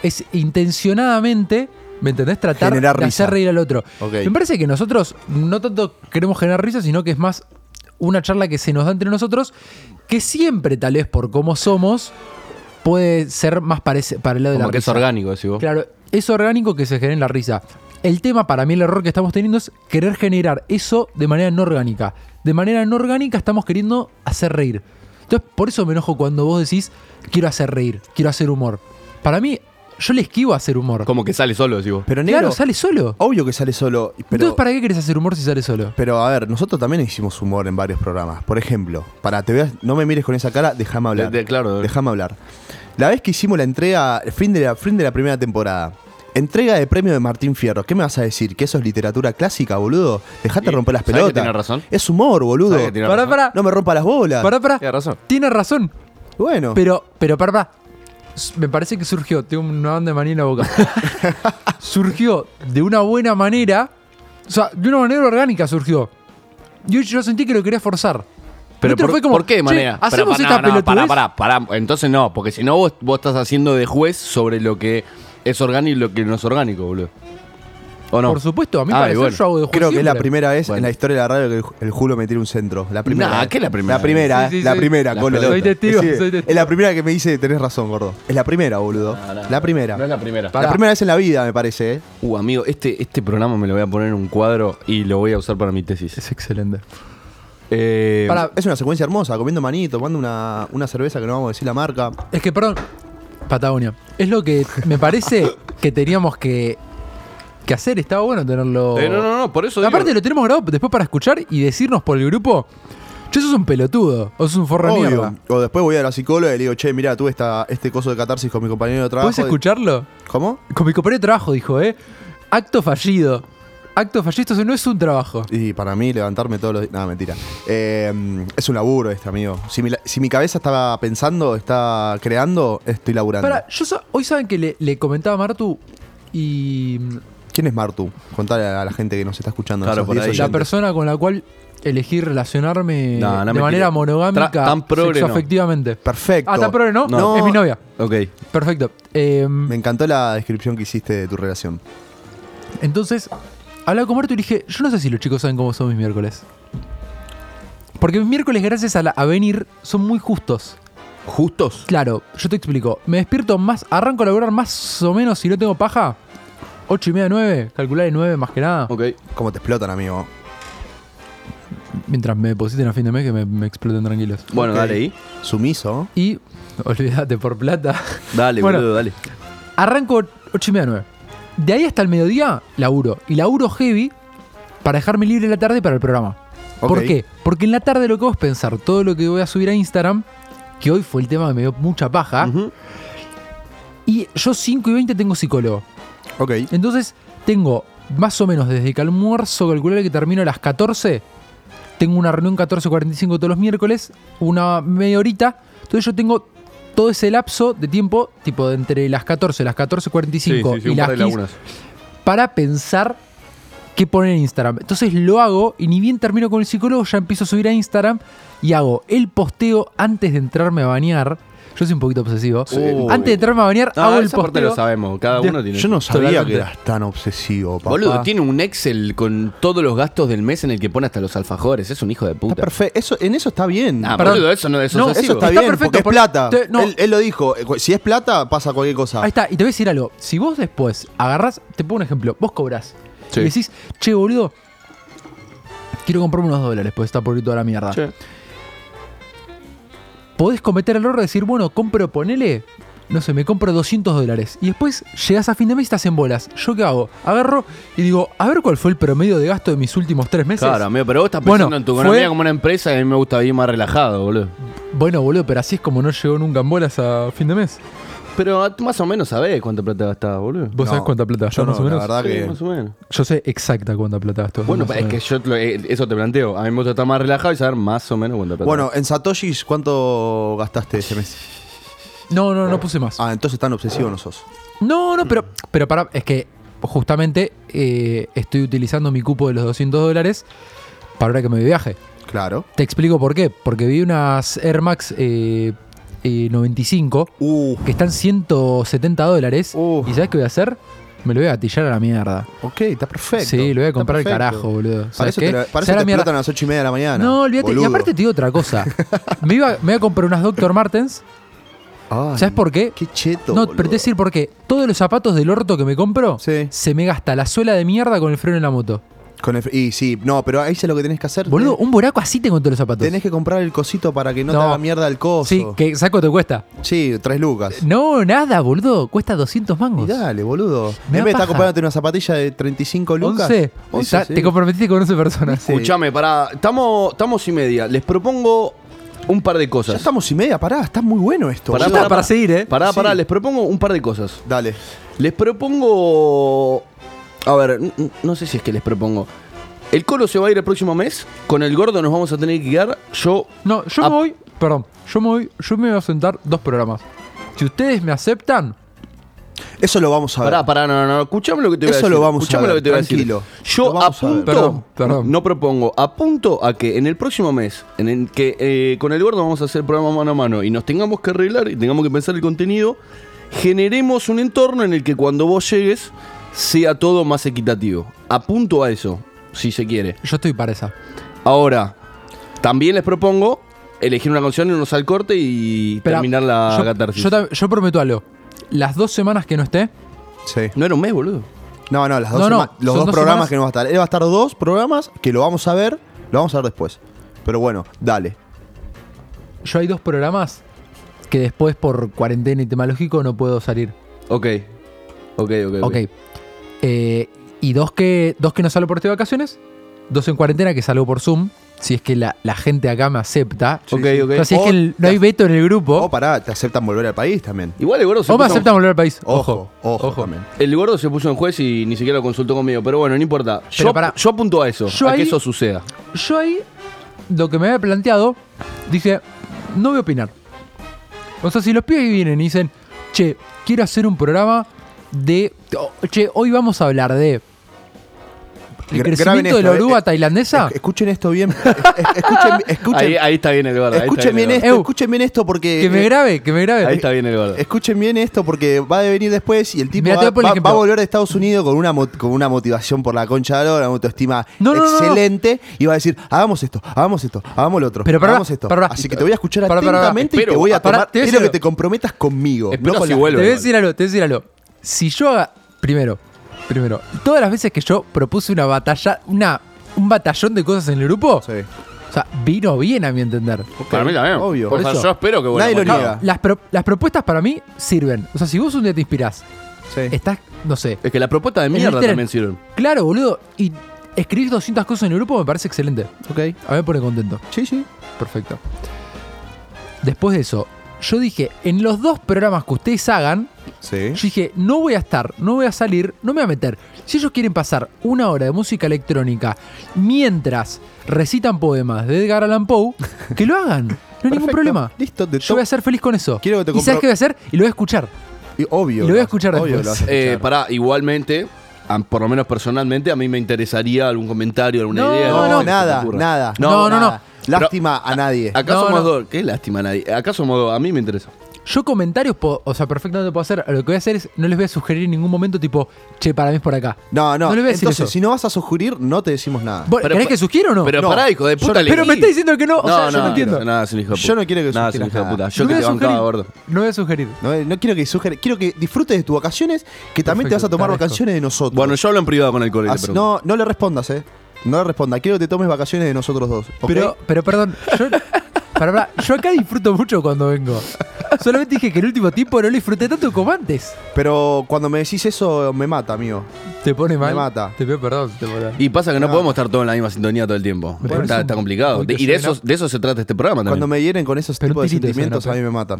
[SPEAKER 9] es intencionadamente, ¿me entendés? Tratar
[SPEAKER 10] Generar
[SPEAKER 9] de hacer
[SPEAKER 10] risa.
[SPEAKER 9] reír al otro.
[SPEAKER 10] Ok.
[SPEAKER 9] Me parece que nosotros no tanto queremos generar risa, sino que es más una charla que se nos da entre nosotros, que siempre, tal vez por cómo somos, puede ser más parece, para el lado de
[SPEAKER 11] Como
[SPEAKER 9] la
[SPEAKER 11] que es
[SPEAKER 9] risa.
[SPEAKER 11] orgánico, decís vos.
[SPEAKER 9] Claro, es orgánico que se genere la risa. El tema para mí, el error que estamos teniendo es querer generar eso de manera no orgánica. De manera no orgánica estamos queriendo hacer reír. Entonces, por eso me enojo cuando vos decís, quiero hacer reír, quiero hacer humor. Para mí, yo le esquivo a hacer humor.
[SPEAKER 11] Como que sale solo, decís vos.
[SPEAKER 10] Pero negro.
[SPEAKER 9] Claro, sale solo.
[SPEAKER 10] Obvio que sale solo.
[SPEAKER 9] Entonces,
[SPEAKER 10] Pero,
[SPEAKER 9] ¿para qué querés hacer humor si sale solo?
[SPEAKER 10] pero a ver, nosotros también hicimos humor en varios programas. Por ejemplo, para te veas, no me mires con esa cara, déjame hablar.
[SPEAKER 11] De- de- claro.
[SPEAKER 10] Déjame hablar. La vez que hicimos la entrega, fin de la, fin de la primera temporada. Entrega de premio de Martín Fierro. ¿Qué me vas a decir? ¿Que eso es literatura clásica, boludo? Dejate
[SPEAKER 11] Y-
[SPEAKER 10] romper las
[SPEAKER 11] ¿sabes que
[SPEAKER 10] pelotas.
[SPEAKER 11] tiene razón?
[SPEAKER 10] Es humor, boludo.
[SPEAKER 11] ¿Sabes que tiene
[SPEAKER 9] Pará,
[SPEAKER 11] razón?
[SPEAKER 9] pará.
[SPEAKER 10] No me rompa las bolas.
[SPEAKER 9] Pará, pará.
[SPEAKER 11] Tiene razón.
[SPEAKER 9] Tiene razón.
[SPEAKER 10] Bueno.
[SPEAKER 9] Pero, pero, pará, pará. S- Me parece que surgió, tengo una banda de maní en la boca. surgió de una buena manera, o sea, de una manera orgánica surgió. Yo, yo sentí que lo quería forzar.
[SPEAKER 11] Pero
[SPEAKER 9] Esto
[SPEAKER 11] por,
[SPEAKER 9] fue como,
[SPEAKER 11] ¿por qué
[SPEAKER 9] "Che,
[SPEAKER 11] de manera? Pero
[SPEAKER 9] Hacemos
[SPEAKER 11] pará,
[SPEAKER 9] esta
[SPEAKER 11] no, no,
[SPEAKER 9] pelotudez".
[SPEAKER 11] pará, pará, pará. Entonces no, porque si no vos, vos estás haciendo de juez sobre lo que es orgánico y lo que no es orgánico, boludo. ¿O no?
[SPEAKER 9] Por supuesto, a mí
[SPEAKER 11] Ah, y
[SPEAKER 9] parece
[SPEAKER 11] bueno.
[SPEAKER 9] yo hago de juez
[SPEAKER 10] Creo que es la
[SPEAKER 9] siempre.
[SPEAKER 10] primera vez
[SPEAKER 11] Bueno.
[SPEAKER 10] en la historia de la radio que el, Ju- el Julio me tira un centro. La primera.
[SPEAKER 11] Nah,
[SPEAKER 10] eh.
[SPEAKER 11] ¿qué es la primera
[SPEAKER 10] La primera,
[SPEAKER 9] vez? Sí,
[SPEAKER 10] eh,
[SPEAKER 9] sí,
[SPEAKER 10] la
[SPEAKER 9] sí.
[SPEAKER 10] primera,
[SPEAKER 11] La
[SPEAKER 10] Colo.
[SPEAKER 11] pelota.
[SPEAKER 9] Soy testigo,
[SPEAKER 10] Sí,
[SPEAKER 9] soy testigo.
[SPEAKER 10] Es la primera que me dice, tenés razón, gordo. Es la primera, boludo.
[SPEAKER 11] No, no,
[SPEAKER 10] la primera.
[SPEAKER 11] No es la primera.
[SPEAKER 9] Pará.
[SPEAKER 10] La primera vez en la vida, me parece, eh.
[SPEAKER 11] Uh, amigo, este, este programa me lo voy a poner en un cuadro y lo voy a usar para mi tesis.
[SPEAKER 9] Es excelente.
[SPEAKER 11] Eh,
[SPEAKER 9] Pará,
[SPEAKER 10] Es una secuencia hermosa, comiendo maní, tomando una, una cerveza que no vamos a decir la marca.
[SPEAKER 9] Es que, perdón, Patagonia. Es lo que me parece que teníamos que, que hacer. Estaba bueno tenerlo.
[SPEAKER 11] Eh, no, no, no, por eso digo-
[SPEAKER 9] Aparte, lo tenemos grabado después para escuchar y decirnos por el grupo: Che, sos un pelotudo o sos un forro de mierda.
[SPEAKER 10] Obvio.
[SPEAKER 11] Ah,
[SPEAKER 10] O después voy a la psicóloga y le digo, che, mira, tuve esta, este coso de catarsis con mi compañero de trabajo.
[SPEAKER 9] ¿Puedes escucharlo?
[SPEAKER 10] ¿Cómo?
[SPEAKER 9] Con mi compañero de trabajo, dijo, ¿eh? Acto fallido. Acto fallido, esto no es un trabajo.
[SPEAKER 10] Y para mí levantarme todos los días... No, mentira. Eh, mm, es un laburo este, amigo. Si mi, la- si mi cabeza estaba pensando, está creando, estoy laburando.
[SPEAKER 9] Para, yo sa- hoy saben que le, le comentaba a Martu y mm,
[SPEAKER 10] ¿Quién es Martu? Contale a la gente que nos está escuchando.
[SPEAKER 11] Claro,
[SPEAKER 10] esos
[SPEAKER 11] por
[SPEAKER 10] 10
[SPEAKER 11] ahí.
[SPEAKER 10] oyentes.
[SPEAKER 9] la persona con la cual elegir relacionarme
[SPEAKER 11] No, no
[SPEAKER 9] de
[SPEAKER 11] me
[SPEAKER 9] manera
[SPEAKER 11] tire-
[SPEAKER 9] monogámica,
[SPEAKER 11] Tra- tan progre no.
[SPEAKER 9] sexoafectivamente.
[SPEAKER 10] Perfecto.
[SPEAKER 9] Ah, está progre, ¿no?
[SPEAKER 10] No.
[SPEAKER 9] Es mi novia.
[SPEAKER 11] Ok.
[SPEAKER 9] Perfecto. Eh,
[SPEAKER 10] Me encantó la descripción que hiciste de tu relación.
[SPEAKER 9] entonces, hablaba con Marto y le dije, yo no sé si los chicos saben cómo son mis miércoles. Porque mis miércoles, gracias a, la, a venir, son muy justos.
[SPEAKER 11] ¿Justos?
[SPEAKER 9] Claro, yo te explico. Me despierto más, arranco a laburar más o menos si no tengo paja. 8 y media, 9. Calcular de 9 más que nada.
[SPEAKER 11] Ok.
[SPEAKER 10] ¿Cómo te explotan, amigo?
[SPEAKER 9] Mientras me depositen a fin de mes que me, me exploten tranquilos.
[SPEAKER 11] Bueno,
[SPEAKER 10] Ok.
[SPEAKER 11] dale ahí.
[SPEAKER 10] Sumiso.
[SPEAKER 9] Y, olvídate, por plata.
[SPEAKER 11] Dale,
[SPEAKER 9] Bueno.
[SPEAKER 11] boludo, dale.
[SPEAKER 9] Arranco 8 y media, 9. De ahí hasta el mediodía, laburo. Y laburo heavy para dejarme libre la tarde para el programa. ¿Por
[SPEAKER 10] Ok.
[SPEAKER 9] qué? Porque en la tarde lo que hago es pensar todo lo que voy a subir a Instagram, que hoy fue el tema que me dio mucha paja.
[SPEAKER 11] Ujú.
[SPEAKER 9] Y yo 5 y 20 tengo psicólogo.
[SPEAKER 10] Ok.
[SPEAKER 9] Entonces, tengo más o menos desde que almuerzo, calcular que termino a las 14. Tengo una reunión 14.45 todos los miércoles, una media horita. Entonces, yo tengo todo ese lapso de tiempo, tipo de entre las 14, las 14.45 y
[SPEAKER 11] un
[SPEAKER 9] las
[SPEAKER 11] par de
[SPEAKER 9] 15,
[SPEAKER 11] lagunas.
[SPEAKER 9] para pensar qué poner en Instagram. Entonces, lo hago y ni bien termino con el psicólogo, ya empiezo a subir a Instagram y hago el posteo antes de entrarme a bañar. Yo soy un poquito obsesivo.
[SPEAKER 11] Oh.
[SPEAKER 9] Antes de entrarme a bañar,
[SPEAKER 11] Ah,
[SPEAKER 9] hago el
[SPEAKER 11] esa parte
[SPEAKER 9] posteo.
[SPEAKER 11] lo sabemos. Cada
[SPEAKER 9] de-
[SPEAKER 11] uno tiene.
[SPEAKER 10] Yo no sabía
[SPEAKER 9] Totalmente.
[SPEAKER 10] que eras tan obsesivo, papá.
[SPEAKER 11] Boludo, tiene un Excel con todos los gastos del mes en el que pone hasta los alfajores. Es un hijo de
[SPEAKER 10] Está
[SPEAKER 11] puta.
[SPEAKER 10] perfecto. Eso, en eso está bien.
[SPEAKER 11] Ah,
[SPEAKER 9] Perdón.
[SPEAKER 11] boludo, eso no eso es
[SPEAKER 9] No,
[SPEAKER 11] obsesivo.
[SPEAKER 10] eso está,
[SPEAKER 9] Está
[SPEAKER 10] bien,
[SPEAKER 9] perfecto,
[SPEAKER 10] porque es
[SPEAKER 9] por-
[SPEAKER 10] plata.
[SPEAKER 9] te- no.
[SPEAKER 10] Él, él lo dijo. eh, Si es plata, pasa cualquier cosa.
[SPEAKER 9] Ahí está, y te voy a decir algo. Si vos después agarrás, te pongo un ejemplo, vos cobrás
[SPEAKER 11] Sí.
[SPEAKER 9] y decís, che, boludo, quiero comprarme unos dólares, pues está por ir toda la mierda.
[SPEAKER 11] Che.
[SPEAKER 9] Podés cometer el error de decir, bueno, compro, ponele, no sé, me compro 200 dólares. Y después llegás a fin de mes y estás en bolas. ¿Yo qué hago? Agarro y digo, a ver cuál fue el promedio de gasto de mis últimos tres meses.
[SPEAKER 11] Claro, amigo, pero vos estás
[SPEAKER 9] Bueno,
[SPEAKER 11] pensando en tu economía
[SPEAKER 9] fue-
[SPEAKER 11] como una empresa y a mí me gusta vivir más relajado, boludo.
[SPEAKER 9] Bueno, boludo, pero así es como no llegó nunca en bolas a fin de mes.
[SPEAKER 11] Pero ah, tú más o menos sabés cuánta plata gastás, boludo.
[SPEAKER 9] ¿Vos
[SPEAKER 10] No,
[SPEAKER 9] sabés cuánta plata gastó
[SPEAKER 10] yo no,
[SPEAKER 9] más o menos?
[SPEAKER 10] La verdad
[SPEAKER 11] Sí,
[SPEAKER 10] que.
[SPEAKER 11] más o menos.
[SPEAKER 9] Yo sé exacta cuánta plata gastó.
[SPEAKER 11] Bueno,
[SPEAKER 9] más o
[SPEAKER 11] es que
[SPEAKER 9] menos.
[SPEAKER 11] yo te lo- eh, eso te planteo. A mí me gusta estar más relajado y saber más o menos cuánta plata.
[SPEAKER 10] Bueno, en Satoshis, ¿cuánto gastaste ese mes?
[SPEAKER 9] No, no, no puse más.
[SPEAKER 10] Ah, entonces tan obsesivo no sos.
[SPEAKER 9] No, no, pero, pero para, es que justamente eh, estoy utilizando mi cupo de los 200 dólares para ahora que me viaje.
[SPEAKER 10] Claro.
[SPEAKER 9] Te explico por qué. Porque vi unas Air Max eh, eh, 95
[SPEAKER 10] Uh,
[SPEAKER 9] que están 170 dólares.
[SPEAKER 10] Uh.
[SPEAKER 9] ¿Y sabes qué voy a hacer? Me lo voy a gatillar a la mierda.
[SPEAKER 10] ok, está perfecto.
[SPEAKER 9] Sí, lo voy a
[SPEAKER 10] Está
[SPEAKER 9] comprar al
[SPEAKER 10] perfecto.
[SPEAKER 9] carajo, boludo.
[SPEAKER 10] Para
[SPEAKER 9] ¿Sabes
[SPEAKER 10] eso
[SPEAKER 9] qué?
[SPEAKER 10] te, la- para
[SPEAKER 9] Se
[SPEAKER 10] eso
[SPEAKER 9] da
[SPEAKER 10] te
[SPEAKER 9] la mierda.
[SPEAKER 10] explotan a las 8 y media de la mañana.
[SPEAKER 9] No, olvídate. Y
[SPEAKER 10] boludo.
[SPEAKER 9] aparte te digo otra cosa. me, iba, me iba a comprar unas Dr. Martens.
[SPEAKER 10] Ay,
[SPEAKER 9] ¿Sabes por qué?
[SPEAKER 10] Qué cheto.
[SPEAKER 9] No,
[SPEAKER 10] boludo.
[SPEAKER 9] pero te decir por qué. Todos los zapatos del orto que me compro
[SPEAKER 10] Sí.
[SPEAKER 9] se me gasta la suela de mierda con el freno en la moto.
[SPEAKER 10] Con el- y sí, no, pero ahí es lo que tenés que hacer.
[SPEAKER 9] Boludo, un buraco así tengo en todos los zapatos.
[SPEAKER 10] Tenés que comprar el cosito para que no,
[SPEAKER 9] No.
[SPEAKER 10] te haga mierda el coso.
[SPEAKER 9] Sí, que saco te cuesta.
[SPEAKER 10] Sí, tres lucas.
[SPEAKER 9] No, nada, boludo. Cuesta 200
[SPEAKER 10] Y
[SPEAKER 9] mangos.
[SPEAKER 10] dale, boludo.
[SPEAKER 9] Me da
[SPEAKER 10] en vez de estar
[SPEAKER 9] paja.
[SPEAKER 10] comprándote una zapatilla de 35 lucas.
[SPEAKER 9] 11.
[SPEAKER 10] Once,
[SPEAKER 9] Ta-
[SPEAKER 10] sí.
[SPEAKER 9] Te comprometiste con 11 personas.
[SPEAKER 10] Sí.
[SPEAKER 11] Escuchame, pará. Estamos, estamos y media. Les propongo un par de cosas.
[SPEAKER 10] Ya estamos y media, pará, está muy bueno esto.
[SPEAKER 11] Pará,
[SPEAKER 10] boludo.
[SPEAKER 9] está, para seguir, ¿eh?
[SPEAKER 11] Pará,
[SPEAKER 10] Sí.
[SPEAKER 11] pará. Les propongo un par de cosas.
[SPEAKER 10] Dale.
[SPEAKER 11] Les propongo. A ver, n- n- no sé si es que les propongo. El Colo se va a ir el próximo mes. Con el gordo nos vamos a tener que quedar. Yo.
[SPEAKER 9] No, yo
[SPEAKER 11] Ah.
[SPEAKER 9] me voy. Perdón, yo me voy. Yo me voy a sentar dos programas. Si ustedes me aceptan,
[SPEAKER 10] Eso lo vamos a ver.
[SPEAKER 11] Pará, pará, no, no, no. Escuchame lo que te voy a
[SPEAKER 10] Eso
[SPEAKER 11] decir.
[SPEAKER 10] lo vamos a
[SPEAKER 11] Escuchame
[SPEAKER 10] ver,
[SPEAKER 11] lo que te voy a decir.
[SPEAKER 10] tranquilo. Lo
[SPEAKER 11] Yo
[SPEAKER 10] vamos a ver.
[SPEAKER 11] apunto.
[SPEAKER 9] Perdón, perdón.
[SPEAKER 11] No propongo. Apunto a que en el próximo mes, en el que eh, con el gordo vamos a hacer el programa mano a mano y nos tengamos que arreglar y tengamos que pensar el contenido, generemos un entorno en el que cuando vos llegues sea todo más equitativo. Apunto a eso, si se quiere.
[SPEAKER 9] yo estoy para esa.
[SPEAKER 11] Ahora, también les propongo elegir una canción, irnos al corte y
[SPEAKER 9] Pero
[SPEAKER 11] terminar la
[SPEAKER 9] yo,
[SPEAKER 11] catarsis.
[SPEAKER 9] Yo, tam- yo prometo algo. Las dos semanas que no esté,
[SPEAKER 10] Sí.
[SPEAKER 11] no era un mes, boludo.
[SPEAKER 10] No, no, las dos
[SPEAKER 9] No, no,
[SPEAKER 10] sema- los
[SPEAKER 9] son
[SPEAKER 10] dos
[SPEAKER 9] dos
[SPEAKER 10] programas
[SPEAKER 9] semanas.
[SPEAKER 10] que no va a estar. Él va a estar dos programas que lo vamos a ver, lo vamos a ver después. Pero bueno, dale.
[SPEAKER 9] yo hay dos programas que después por cuarentena y tema lógico no puedo salir.
[SPEAKER 11] Ok. Ok, ok.
[SPEAKER 9] Ok. Eh, y dos que, dos que no salgo por este vacaciones, dos en cuarentena que salgo por Zoom, si es que la, la gente acá me acepta.
[SPEAKER 11] Ok, ok.
[SPEAKER 9] O sea, si es que el- no hay veto en el grupo,
[SPEAKER 10] O pará, te aceptan volver al país también.
[SPEAKER 11] Igual el gordo se
[SPEAKER 9] o me
[SPEAKER 11] puso-
[SPEAKER 9] aceptan volver al país. Ojo,
[SPEAKER 10] Ojo, ojo, también.
[SPEAKER 11] El gordo se puso en juez y ni siquiera lo consultó conmigo, pero bueno, no importa. Yo,
[SPEAKER 9] pará.
[SPEAKER 11] yo apunto a eso,
[SPEAKER 9] Yo
[SPEAKER 11] a que
[SPEAKER 9] ahí-
[SPEAKER 11] eso suceda.
[SPEAKER 9] Yo ahí, lo que me había planteado, dije, no voy a opinar. O sea, si los pibes vienen y dicen, che, oh, quiero hacer un programa de. o- Che, hoy vamos a hablar de ¿El
[SPEAKER 10] Gra- graben
[SPEAKER 9] crecimiento de la
[SPEAKER 10] esto, eh,
[SPEAKER 9] oruga
[SPEAKER 10] eh,
[SPEAKER 9] tailandesa?
[SPEAKER 10] es- Escuchen esto bien. Es- es- Escuchen, escuchen,
[SPEAKER 11] Ahí, ahí está bien el gordo. ahí está
[SPEAKER 10] escuchen bien
[SPEAKER 11] el
[SPEAKER 10] esto,
[SPEAKER 11] gordo.
[SPEAKER 9] Ew.
[SPEAKER 10] escuchen bien esto porque.
[SPEAKER 9] que me
[SPEAKER 10] eh,
[SPEAKER 9] grabe, que me grabe.
[SPEAKER 11] Ahí está bien el gordo.
[SPEAKER 10] Escuchen bien esto porque va a venir después y el tipo
[SPEAKER 9] Mirá, te voy
[SPEAKER 10] va,
[SPEAKER 9] a poner
[SPEAKER 10] va-
[SPEAKER 9] el ejemplo.
[SPEAKER 10] va a volver a Estados Unidos con una, mo- con una motivación por la concha de oro, una autoestima
[SPEAKER 9] No, no, no, no.
[SPEAKER 10] excelente y va a decir, hagamos esto, hagamos esto, hagamos lo otro,
[SPEAKER 9] Pero pará,
[SPEAKER 10] hagamos esto.
[SPEAKER 9] pará.
[SPEAKER 10] Así que te voy a escuchar
[SPEAKER 9] Pará, pará, pará.
[SPEAKER 10] atentamente y
[SPEAKER 11] Espero,
[SPEAKER 10] te voy a
[SPEAKER 9] pará,
[SPEAKER 10] tomar,
[SPEAKER 9] te voy a
[SPEAKER 10] quiero que
[SPEAKER 9] decir-
[SPEAKER 10] te comprometas conmigo.
[SPEAKER 11] Espero
[SPEAKER 10] no con
[SPEAKER 11] si
[SPEAKER 10] la-
[SPEAKER 9] Te
[SPEAKER 11] vuelve.
[SPEAKER 9] voy a
[SPEAKER 11] igual.
[SPEAKER 9] decir algo, te voy a decir algo. Si yo haga- primero, primero, todas las veces que yo propuse una batalla, una, un batallón de cosas en el grupo,
[SPEAKER 10] Sí.
[SPEAKER 9] o sea, vino bien a mi entender.
[SPEAKER 11] Para mí también.
[SPEAKER 10] Obvio.
[SPEAKER 11] O sea,
[SPEAKER 10] Por eso.
[SPEAKER 11] yo espero que vuelva.
[SPEAKER 10] Nadie lo
[SPEAKER 11] Bueno,
[SPEAKER 10] niega.
[SPEAKER 9] Las, pro- las propuestas para mí sirven. O sea, si vos un día te inspirás,
[SPEAKER 10] Sí.
[SPEAKER 9] estás, no sé,
[SPEAKER 11] Es que la propuesta de
[SPEAKER 9] En
[SPEAKER 11] mierda
[SPEAKER 9] Instagram.
[SPEAKER 11] también sirve.
[SPEAKER 9] claro, boludo, y escribir 200 cosas en el grupo me parece excelente.
[SPEAKER 10] Ok.
[SPEAKER 9] A mí me pone contento.
[SPEAKER 10] Sí, sí.
[SPEAKER 9] Perfecto. Después de eso, yo dije, en los dos programas que ustedes hagan,
[SPEAKER 10] Sí.
[SPEAKER 9] Yo dije, no voy a estar, no voy a salir, no me voy a meter. Si ellos quieren pasar una hora de música electrónica mientras recitan poemas de Edgar Allan Poe, que lo hagan. No hay ningún
[SPEAKER 10] Perfecto.
[SPEAKER 9] problema.
[SPEAKER 10] Listo, de
[SPEAKER 9] Yo voy a ser feliz con eso.
[SPEAKER 10] Quiero que te
[SPEAKER 9] ¿Y sabes
[SPEAKER 10] compro-
[SPEAKER 9] qué voy a hacer? Y lo voy a escuchar.
[SPEAKER 10] Y obvio.
[SPEAKER 9] Y lo voy a
[SPEAKER 10] vas-
[SPEAKER 9] escuchar
[SPEAKER 10] obvio
[SPEAKER 9] después.
[SPEAKER 10] lo vas a
[SPEAKER 11] Eh,
[SPEAKER 10] escuchar.
[SPEAKER 11] pará, igualmente, a- por lo menos personalmente, a mí me interesaría algún comentario, alguna
[SPEAKER 9] No,
[SPEAKER 11] idea.
[SPEAKER 10] no,
[SPEAKER 11] algo que se te
[SPEAKER 10] nada,
[SPEAKER 11] ocurra.
[SPEAKER 10] nada.
[SPEAKER 9] No, no, no.
[SPEAKER 10] nada. Lástima a nadie.
[SPEAKER 11] Acá
[SPEAKER 9] No,
[SPEAKER 11] somos
[SPEAKER 9] no.
[SPEAKER 11] dos. Qué lástima, nadie. Acá somos dos. A mí me interesa.
[SPEAKER 9] Yo comentarios, po- o sea, perfectamente puedo hacer. Lo que voy a hacer es, no les voy a sugerir en ningún momento, tipo, che, para mí es por acá.
[SPEAKER 10] No, no.
[SPEAKER 9] No le voy a decir
[SPEAKER 10] Entonces,
[SPEAKER 9] eso.
[SPEAKER 10] si no vas a sugerir, no te decimos nada.
[SPEAKER 9] ¿Vos-
[SPEAKER 11] Pero
[SPEAKER 9] ¿Querés
[SPEAKER 11] pa-
[SPEAKER 9] que sugiera o no?
[SPEAKER 11] Pero
[SPEAKER 10] No.
[SPEAKER 11] pará, hijo de puta.
[SPEAKER 9] no- pero me está diciendo que no, o sea, yo no entiendo.
[SPEAKER 11] No, nada, es un hijo de puta.
[SPEAKER 10] Yo no quiero que
[SPEAKER 11] Nada, es un
[SPEAKER 10] sugieras
[SPEAKER 11] hijo de puta.
[SPEAKER 10] nada.
[SPEAKER 11] Yo
[SPEAKER 9] no
[SPEAKER 11] que
[SPEAKER 9] voy
[SPEAKER 11] te
[SPEAKER 9] a
[SPEAKER 11] bancaba,
[SPEAKER 9] sugerir.
[SPEAKER 11] gordo.
[SPEAKER 9] No voy a sugerir.
[SPEAKER 10] No, eh, no quiero que sugeras, quiero que disfrutes de tus vacaciones, que también te vas a tomar
[SPEAKER 9] agradezco.
[SPEAKER 10] vacaciones de nosotros.
[SPEAKER 11] Bueno, yo hablo en privado con el core. y le
[SPEAKER 10] Así-
[SPEAKER 11] pregunto.
[SPEAKER 10] no, no le respondas, eh. No le respondas, quiero que te tomes vacaciones de nosotros dos. ¿ok?
[SPEAKER 9] Pero, pero perdón, yo, para, yo acá disfruto mucho cuando vengo. Solamente dije que el último tiempo no lo disfruté tanto como antes.
[SPEAKER 10] Pero cuando me decís eso, me mata, amigo.
[SPEAKER 9] Te pone mal.
[SPEAKER 10] Me mata.
[SPEAKER 9] Te pido perdón. si Te pone mal.
[SPEAKER 11] Y pasa que no, podemos estar todos en la misma sintonía todo el tiempo.
[SPEAKER 9] Me parece
[SPEAKER 11] Está,
[SPEAKER 9] un
[SPEAKER 11] está complicado.
[SPEAKER 9] punto
[SPEAKER 11] y de
[SPEAKER 9] lleno.
[SPEAKER 11] eso, de eso se trata este programa
[SPEAKER 10] Cuando
[SPEAKER 11] también.
[SPEAKER 10] me hieren con esos
[SPEAKER 9] Pero un
[SPEAKER 10] tipos de
[SPEAKER 9] tirito de
[SPEAKER 10] sentimientos, a
[SPEAKER 9] Zanape.
[SPEAKER 10] mí me matan.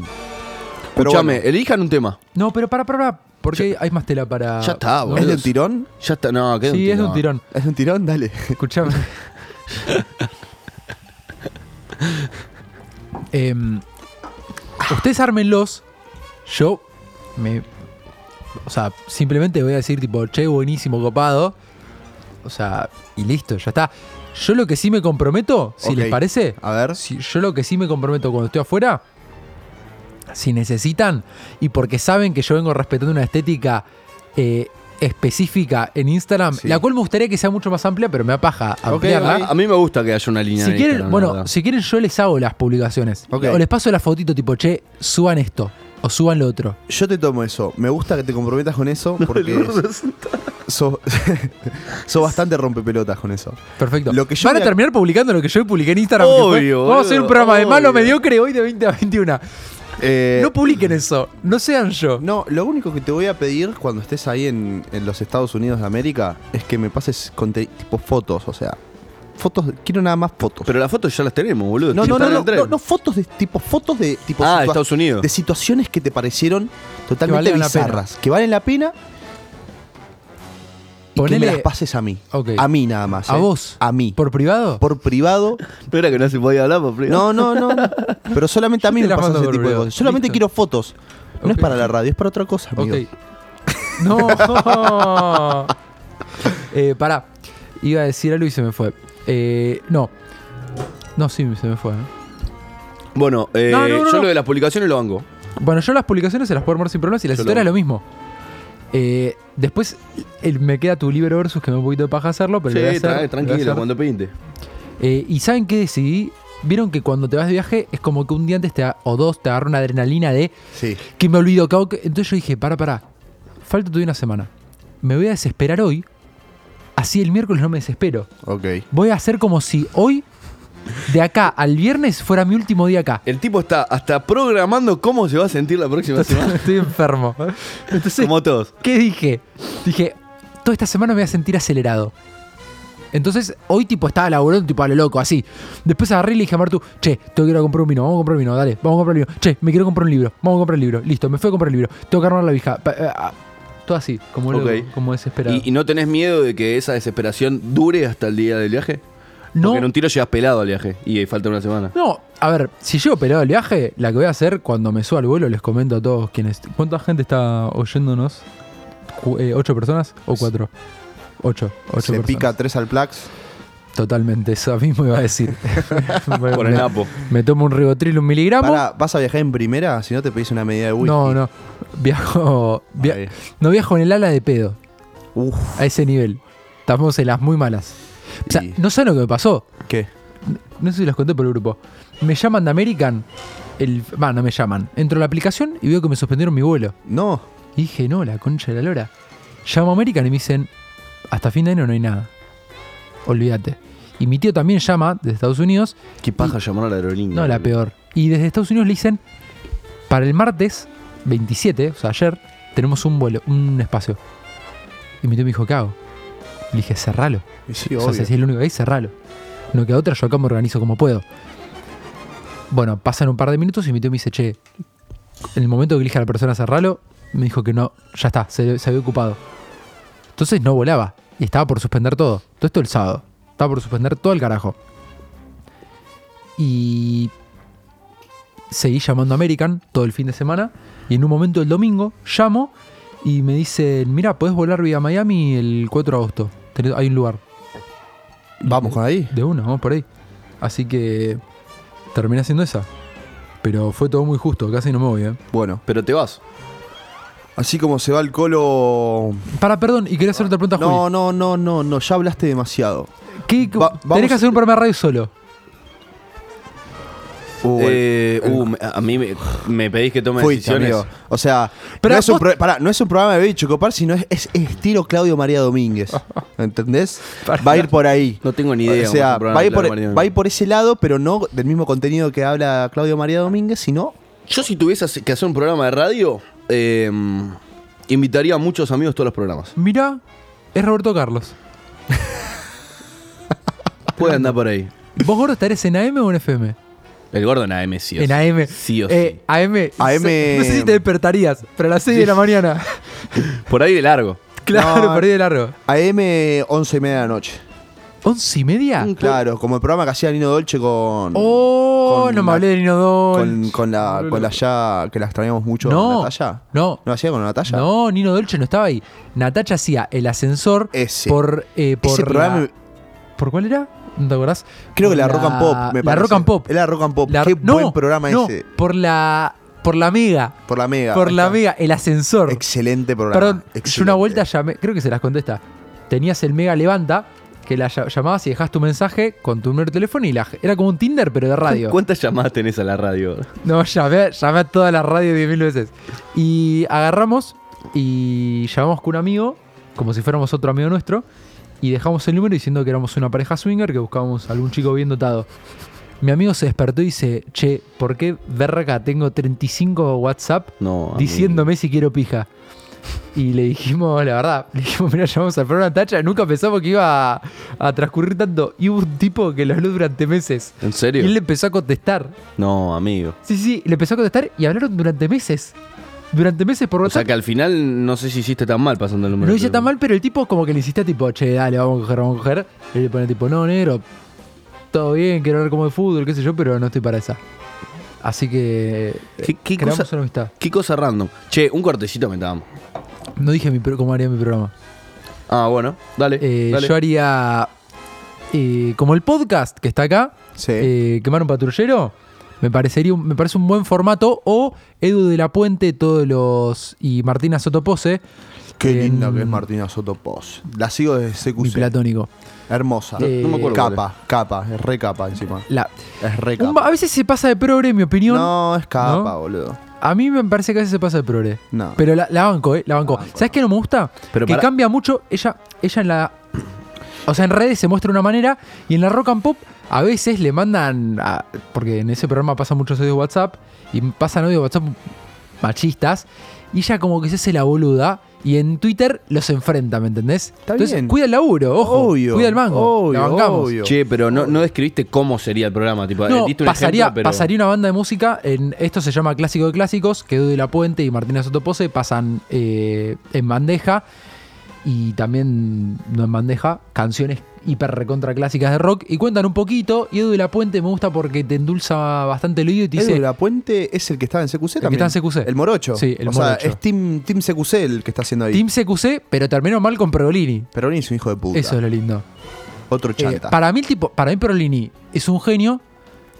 [SPEAKER 10] Pero
[SPEAKER 11] Escúchame,
[SPEAKER 10] bueno,
[SPEAKER 11] elijan un tema.
[SPEAKER 9] No, pero para, para, para. Porque hay más tela para.
[SPEAKER 11] Ya está,
[SPEAKER 9] ¿no?
[SPEAKER 11] boludo.
[SPEAKER 10] ¿es de un tirón?
[SPEAKER 11] Ya está, no, que
[SPEAKER 9] Sí, es de un tirón.
[SPEAKER 10] ¿Es de un tirón? Dale.
[SPEAKER 9] Escuchame. Em, ustedes ármenlos. Yo me. O sea, simplemente voy a decir, tipo, che, buenísimo, copado. O sea, y listo, ya está. Yo lo que sí me comprometo, si
[SPEAKER 10] Ok.
[SPEAKER 9] les parece.
[SPEAKER 10] A ver.
[SPEAKER 9] si- yo lo que sí me comprometo cuando estoy afuera. Si necesitan, y porque saben que yo vengo respetando una estética eh, específica en Instagram,
[SPEAKER 10] Sí.
[SPEAKER 9] la cual me gustaría que sea mucho más amplia, pero me da paja ampliarla.
[SPEAKER 11] A mí me gusta que haya una línea.
[SPEAKER 9] Si
[SPEAKER 11] de
[SPEAKER 9] quieren,
[SPEAKER 11] Instagram, la
[SPEAKER 9] bueno,
[SPEAKER 11] verdad.
[SPEAKER 9] si quieren yo les hago las publicaciones.
[SPEAKER 10] Ok.
[SPEAKER 9] O les paso la fotito tipo, che, suban esto o suban lo otro.
[SPEAKER 10] Yo te tomo eso. Me gusta que te comprometas con eso porque sos, sos bastante rompepelotas con eso.
[SPEAKER 9] Perfecto.
[SPEAKER 10] Lo que yo
[SPEAKER 9] Van a
[SPEAKER 10] voy a-
[SPEAKER 9] terminar publicando lo que yo publiqué en Instagram. que fue,
[SPEAKER 11] Obvio,
[SPEAKER 9] Vamos a hacer
[SPEAKER 11] boludo,
[SPEAKER 9] un programa de malo
[SPEAKER 11] obvio.
[SPEAKER 9] mediocre hoy de 20 a 21.
[SPEAKER 10] Eh,
[SPEAKER 9] no publiquen eso. No sean yo.
[SPEAKER 10] No, lo único que te voy a pedir cuando estés ahí en, en los Estados Unidos de América es que me pases conte- tipo fotos, o sea, fotos, quiero nada más fotos.
[SPEAKER 11] Pero las fotos ya las tenemos, boludo.
[SPEAKER 10] no, no,
[SPEAKER 11] Están
[SPEAKER 10] no,
[SPEAKER 11] en el
[SPEAKER 10] no,
[SPEAKER 11] tren.
[SPEAKER 10] no, no, fotos de tipo fotos de tipo
[SPEAKER 11] Ah, de
[SPEAKER 10] situa-
[SPEAKER 11] Estados Unidos.
[SPEAKER 10] de situaciones que te parecieron totalmente
[SPEAKER 9] valgan la pena.
[SPEAKER 10] bizarras, que valen la pena y que me las pases a mí.
[SPEAKER 9] Ok.
[SPEAKER 10] A mí nada más.
[SPEAKER 9] ¿A
[SPEAKER 10] eh.
[SPEAKER 9] vos?
[SPEAKER 10] A mí.
[SPEAKER 9] ¿Por privado?
[SPEAKER 10] Por privado.
[SPEAKER 11] Pero era que no se podía hablar, por privado.
[SPEAKER 10] No, no, no. no. Pero solamente a
[SPEAKER 9] Yo
[SPEAKER 10] mí
[SPEAKER 9] te
[SPEAKER 10] me
[SPEAKER 9] las
[SPEAKER 10] pasan
[SPEAKER 9] mando
[SPEAKER 10] ese
[SPEAKER 9] por
[SPEAKER 10] tipo de
[SPEAKER 9] video.
[SPEAKER 10] cosas. Solamente
[SPEAKER 9] Listo.
[SPEAKER 10] quiero fotos. No
[SPEAKER 9] Ok.
[SPEAKER 10] es para la radio, es para otra cosa, amigo.
[SPEAKER 9] Ok. No. eh, pará. Iba a decir algo y se me fue. Eh, no. No, sí, se me fue. ¿eh?
[SPEAKER 11] Bueno, eh,
[SPEAKER 9] No, no, no,
[SPEAKER 11] yo
[SPEAKER 9] no.
[SPEAKER 11] lo de las publicaciones lo banco.
[SPEAKER 9] Bueno, yo las publicaciones se las puedo armar sin problemas y las
[SPEAKER 11] Yo lo
[SPEAKER 9] historias
[SPEAKER 11] hago.
[SPEAKER 9] lo mismo. Eh, después el- me queda tu libro versus que me da un poquito de paja hacerlo, pero lo voy a
[SPEAKER 11] Sí,
[SPEAKER 9] hacer,
[SPEAKER 11] tra-
[SPEAKER 9] lo voy a
[SPEAKER 11] tranquilo,
[SPEAKER 9] hacer.
[SPEAKER 11] cuando pinte.
[SPEAKER 9] Eh, y ¿saben qué decidí? Vieron que cuando te vas de viaje es como que un día antes te a- o dos te agarra una adrenalina de
[SPEAKER 10] Sí.
[SPEAKER 9] que me olvido. que hago que- Entonces yo dije, para, para, falta todavía una semana. Me voy a desesperar hoy, así el miércoles no me desespero.
[SPEAKER 10] Ok.
[SPEAKER 9] Voy a hacer como si hoy, de acá al viernes, fuera mi último día acá.
[SPEAKER 11] El tipo está hasta programando cómo se va a sentir la próxima semana.
[SPEAKER 9] Estoy enfermo. Entonces,
[SPEAKER 11] Como todos.
[SPEAKER 9] ¿Qué dije? Dije, toda esta semana me voy a sentir acelerado. Entonces, hoy tipo estaba laburando tipo a lo loco, así. Después agarré y le dije a Martu, che, tengo que ir a comprar un vino, vamos a comprar un vino, dale, vamos a comprar un vino. Che, me quiero comprar un libro, vamos a comprar un libro. Listo, me fui a comprar el libro, tengo que armar la vija. Pa- eh, ah. Todo así, como, loco,
[SPEAKER 11] Ok.
[SPEAKER 9] como desesperado.
[SPEAKER 11] ¿Y, y no tenés miedo de que esa desesperación dure hasta el día del viaje?
[SPEAKER 9] no,
[SPEAKER 11] Porque en un tiro llegas pelado al viaje y eh, falta una semana.
[SPEAKER 9] no, a ver, si llego pelado el viaje, la que voy a hacer cuando me suba al vuelo, les comento a todos quienes. ¿Cuánta gente está oyéndonos? Cu- eh, ¿Ocho personas o cuatro? Ocho. ocho
[SPEAKER 10] Se
[SPEAKER 9] personas.
[SPEAKER 10] pica tres al Plax.
[SPEAKER 9] Totalmente, eso mismo iba a decir.
[SPEAKER 11] Por el Napo.
[SPEAKER 9] Me tomo un ribotril, un miligramo.
[SPEAKER 10] Pará, ¿Vas a viajar en primera? Si no te pedís una medida de whisky.
[SPEAKER 9] no, no. Viajo. via-
[SPEAKER 10] Ahí.
[SPEAKER 9] no viajo en el ala de pedo.
[SPEAKER 10] Uf,
[SPEAKER 9] A ese nivel. Estamos en las muy malas. O sea,
[SPEAKER 10] Y-
[SPEAKER 9] no sé lo que me pasó.
[SPEAKER 10] ¿qué?
[SPEAKER 9] No sé si los conté por el grupo. Me llaman de American. El, va, no me llaman. Entro a la aplicación y veo que me suspendieron mi vuelo.
[SPEAKER 10] No.
[SPEAKER 9] Y dije, no, la concha de la lora. Llamo a American y me dicen, hasta fin de año no hay nada. Olvídate. Y mi tío también llama desde Estados Unidos.
[SPEAKER 11] ¿Qué paja llamar a la aerolínea?
[SPEAKER 9] No, la peor. Y desde Estados Unidos le dicen, para el martes 27, o sea, ayer, tenemos un vuelo, un espacio. Y mi tío me dijo, ¿qué hago? Le dije, cerralo.
[SPEAKER 10] Y sí,
[SPEAKER 9] O sea,
[SPEAKER 10] obvio.
[SPEAKER 9] si es el único que hay, cerralo. No queda otra, yo acá me organizo como puedo. Bueno, pasan un par de minutos y mi tío me dice, che, en el momento que elija a la persona cerralo, me dijo que no, ya está, se, se había ocupado. Entonces no volaba y estaba por suspender todo. Todo esto el sábado. Estaba por suspender todo el carajo. Y seguí llamando a American todo el fin de semana. Y en un momento el domingo llamo y me dicen, mira, podés volar vía Miami el 4 de agosto. Tenés- Hay un lugar.
[SPEAKER 10] Vamos con ahí.
[SPEAKER 9] De una, vamos por ahí. Así que terminé haciendo esa. Pero fue todo muy justo, casi no me voy, ¿eh?
[SPEAKER 10] Bueno,
[SPEAKER 11] Pero te vas.
[SPEAKER 10] así como se va el colo.
[SPEAKER 9] Para, perdón, y quería hacer otra pregunta,
[SPEAKER 10] No, no, no, no, no, ya hablaste demasiado.
[SPEAKER 9] Juli. ¿Qué- qué-
[SPEAKER 10] va-
[SPEAKER 9] tenés
[SPEAKER 10] vamos-
[SPEAKER 9] que hacer un programa de radio solo.
[SPEAKER 10] Uh,
[SPEAKER 11] Eh, uh, me- a mí me, me pedís que tome
[SPEAKER 10] Fuiste,
[SPEAKER 11] decisiones.
[SPEAKER 10] amigo. O sea,
[SPEAKER 9] Pero
[SPEAKER 10] no es, un
[SPEAKER 9] vos-
[SPEAKER 10] pro- pará, no es un programa de bicho copar, sino es, es estilo Claudio María Domínguez. ¿Entendés? Va a ir por ahí.
[SPEAKER 11] No tengo ni idea,
[SPEAKER 10] O sea,
[SPEAKER 11] un programa
[SPEAKER 10] va a, ir
[SPEAKER 11] de Claudio
[SPEAKER 10] por, e,
[SPEAKER 11] María
[SPEAKER 10] va a ir por ese lado, pero no del mismo contenido que habla Claudio María Domínguez, sino.
[SPEAKER 11] Yo si tuviese que hacer un programa de radio, eh, invitaría a muchos amigos a todos los programas.
[SPEAKER 9] Mirá, es Roberto Carlos.
[SPEAKER 11] Puede andar por ahí.
[SPEAKER 9] ¿Vos, Gordo, estarés en AM o en FM?
[SPEAKER 11] El gordo en AM, sí. o
[SPEAKER 9] en
[SPEAKER 11] sí.
[SPEAKER 9] AM.
[SPEAKER 11] Sí o
[SPEAKER 9] Eh,
[SPEAKER 11] sí.
[SPEAKER 9] AM.
[SPEAKER 10] AM.
[SPEAKER 9] No sé si te despertarías, pero a las 6 de la mañana.
[SPEAKER 11] Por ahí de largo.
[SPEAKER 9] claro,
[SPEAKER 10] No.
[SPEAKER 9] perdí de largo.
[SPEAKER 10] AM 11 y media de la noche.
[SPEAKER 9] ¿11 y media?
[SPEAKER 10] Claro, como el programa que hacía Nino Dolce con.
[SPEAKER 9] Oh,
[SPEAKER 10] Con
[SPEAKER 9] no me
[SPEAKER 10] la-
[SPEAKER 9] hablé de Nino
[SPEAKER 10] con,
[SPEAKER 9] Dolce.
[SPEAKER 10] con la, con la ya. que la extrañamos mucho.
[SPEAKER 9] No,
[SPEAKER 10] Natalia.
[SPEAKER 9] no.
[SPEAKER 10] ¿No hacía con Natalia?
[SPEAKER 9] No, Nino Dolce no estaba ahí. Natacha hacía el ascensor
[SPEAKER 10] Ese.
[SPEAKER 9] por. eh, por
[SPEAKER 10] Ese
[SPEAKER 9] la-
[SPEAKER 10] programa-
[SPEAKER 9] ¿Por cuál era? ¿No te acordás?
[SPEAKER 10] Creo que
[SPEAKER 9] Por
[SPEAKER 10] la, Rock and Pop, me
[SPEAKER 9] La
[SPEAKER 10] parece.
[SPEAKER 9] Rock and Pop.
[SPEAKER 10] Era Rock and Pop.
[SPEAKER 9] La-
[SPEAKER 10] Qué
[SPEAKER 9] no,
[SPEAKER 10] buen programa
[SPEAKER 9] no,
[SPEAKER 10] ese.
[SPEAKER 9] Por la. Por la Mega.
[SPEAKER 10] Por la Mega.
[SPEAKER 9] Por
[SPEAKER 10] ahí
[SPEAKER 9] la
[SPEAKER 10] está.
[SPEAKER 9] Mega, el ascensor.
[SPEAKER 10] Excelente programa.
[SPEAKER 9] Perdón, yo
[SPEAKER 10] excelente.
[SPEAKER 9] una vuelta llamé, creo que se las contesta. Tenías el Mega Levanta, que la ll- llamabas y dejabas tu mensaje con tu número de teléfono y la, era como un Tinder, pero de radio.
[SPEAKER 11] ¿Cuántas llamadas tenés a la radio?
[SPEAKER 9] No, llamé, llamé a toda la radio 10.000 veces. Y agarramos y llamamos con un amigo, como si fuéramos otro amigo nuestro, y dejamos el número diciendo que éramos una pareja swinger, que buscábamos algún chico bien dotado. Mi amigo se despertó y dice, che, ¿por qué verga tengo 35 WhatsApp
[SPEAKER 11] No, amigo.
[SPEAKER 9] diciéndome si quiero pija? Y le dijimos, la verdad, le dijimos, mira, llamamos al programa Tacha, nunca pensamos que iba a, a transcurrir tanto. Y hubo un tipo que lo habló durante meses.
[SPEAKER 11] ¿En
[SPEAKER 9] Y
[SPEAKER 11] serio?
[SPEAKER 9] él le empezó a contestar.
[SPEAKER 11] No, amigo.
[SPEAKER 9] Sí, sí, le empezó a contestar y hablaron durante meses. Durante meses por
[SPEAKER 11] O sea
[SPEAKER 9] WhatsApp.
[SPEAKER 11] que al final no sé si hiciste tan mal pasando el número.
[SPEAKER 9] no
[SPEAKER 11] de
[SPEAKER 9] hice tan
[SPEAKER 11] teléfono.
[SPEAKER 9] mal, pero el tipo como que le insistía tipo, che, dale, vamos a coger, vamos a coger. Y le pone tipo, no, negro, todo bien, quiero hablar como de fútbol, qué sé yo, pero no estoy para esa. Así que
[SPEAKER 11] ¿Qué-
[SPEAKER 9] eh,
[SPEAKER 11] qué
[SPEAKER 9] creamos
[SPEAKER 11] cosa-
[SPEAKER 9] una amistad.
[SPEAKER 11] Qué cosa random. Che, un cortecito me damos.
[SPEAKER 9] No dije mi, pro- cómo haría mi programa.
[SPEAKER 11] Ah, bueno, dale.
[SPEAKER 9] Eh,
[SPEAKER 11] dale.
[SPEAKER 9] Yo haría, eh, como el podcast que está acá,
[SPEAKER 10] Sí.
[SPEAKER 9] eh, Quemar un patrullero, me, parecería un- me parece un buen formato, o Edu de la Puente, todos los, y Martina Sotopose,
[SPEAKER 10] Qué
[SPEAKER 9] en-
[SPEAKER 10] linda que es Martina Soto Pos. La sigo desde
[SPEAKER 9] mi
[SPEAKER 10] CQC.
[SPEAKER 9] platónico.
[SPEAKER 10] Hermosa.
[SPEAKER 9] No- no me acuerdo
[SPEAKER 10] Capa, capa. Es re capa encima.
[SPEAKER 9] La-
[SPEAKER 10] Es re
[SPEAKER 9] Un- a
[SPEAKER 10] capa.
[SPEAKER 9] veces se pasa de progre, en mi opinión.
[SPEAKER 10] No, es capa,
[SPEAKER 9] ¿No?
[SPEAKER 10] boludo.
[SPEAKER 9] A mí me parece que a veces se pasa de progre.
[SPEAKER 10] No.
[SPEAKER 9] Pero la, la banco, ¿eh? La banco. ¿Sabes qué no me gusta?
[SPEAKER 11] Pero
[SPEAKER 9] que
[SPEAKER 11] para-
[SPEAKER 9] cambia mucho. Ella, ella en la. O sea, en redes se muestra una manera y en la rock and pop a veces le mandan. a- porque en ese programa pasan muchos audios de WhatsApp y pasan audios de WhatsApp machistas y ella como que se hace la boluda y en Twitter los enfrenta, ¿me entendés?
[SPEAKER 10] Está
[SPEAKER 9] Entonces,
[SPEAKER 10] bien.
[SPEAKER 9] cuida el laburo, ojo.
[SPEAKER 10] Obvio,
[SPEAKER 9] cuida el mango. la
[SPEAKER 10] obvio,
[SPEAKER 9] bancamos.
[SPEAKER 10] obvio.
[SPEAKER 11] Che, pero no, no describiste cómo sería el programa. Tipo,
[SPEAKER 9] No,
[SPEAKER 11] diste un
[SPEAKER 9] pasaría,
[SPEAKER 11] ejemplo, pero-
[SPEAKER 9] pasaría una banda de música. En, esto se llama Clásico de Clásicos, que Edu de la Puente y Martina Sotopose pasan eh, en bandeja. y también nos bandeja canciones hiper recontra clásicas de rock y cuentan un poquito y Edu de la Puente me gusta porque te endulza bastante el oído y te
[SPEAKER 10] Edu
[SPEAKER 9] dice
[SPEAKER 10] de la Puente es el que estaba en CQC
[SPEAKER 9] que
[SPEAKER 10] también.
[SPEAKER 9] está en CQC.
[SPEAKER 10] El Morocho.
[SPEAKER 9] Sí, el
[SPEAKER 10] o
[SPEAKER 9] Morocho.
[SPEAKER 10] sea, es team, team CQC el que está haciendo ahí.
[SPEAKER 9] Team CQC pero terminó mal con Perolini
[SPEAKER 10] Peroni es un hijo de puta.
[SPEAKER 9] eso es lo lindo
[SPEAKER 10] Otro
[SPEAKER 9] Eh,
[SPEAKER 10] chanta.
[SPEAKER 9] para mí el tipo para mí Perolini es un genio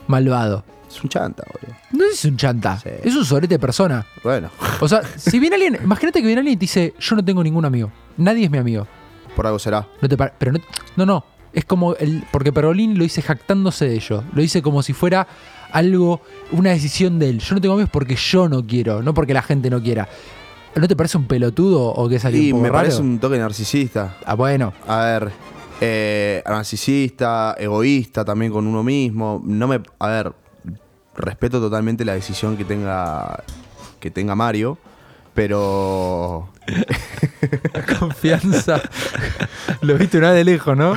[SPEAKER 9] malvado
[SPEAKER 10] Es un chanta, boludo.
[SPEAKER 9] no es un chanta
[SPEAKER 10] Sí.
[SPEAKER 9] es un sobrete de persona
[SPEAKER 10] Bueno,
[SPEAKER 9] o sea si viene alguien imagínate que viene alguien y te dice yo no tengo ningún amigo nadie es mi amigo
[SPEAKER 10] por algo será.
[SPEAKER 9] No te par- pero no, no, no. Es como el. Porque Perolín lo dice jactándose de ello. Lo dice como si fuera algo, una decisión de él. Yo no tengo amigos porque yo no quiero, no porque la gente no quiera. ¿No te parece un pelotudo o que salió
[SPEAKER 10] Y
[SPEAKER 9] un poco
[SPEAKER 10] me
[SPEAKER 9] raro?
[SPEAKER 10] parece un toque narcisista.
[SPEAKER 9] Ah, bueno.
[SPEAKER 10] A ver, eh, narcisista, egoísta también con uno mismo. No me. A ver, respeto totalmente la decisión que tenga. que tenga Mario. Pero.
[SPEAKER 9] Confianza. lo viste una vez de lejos, ¿no?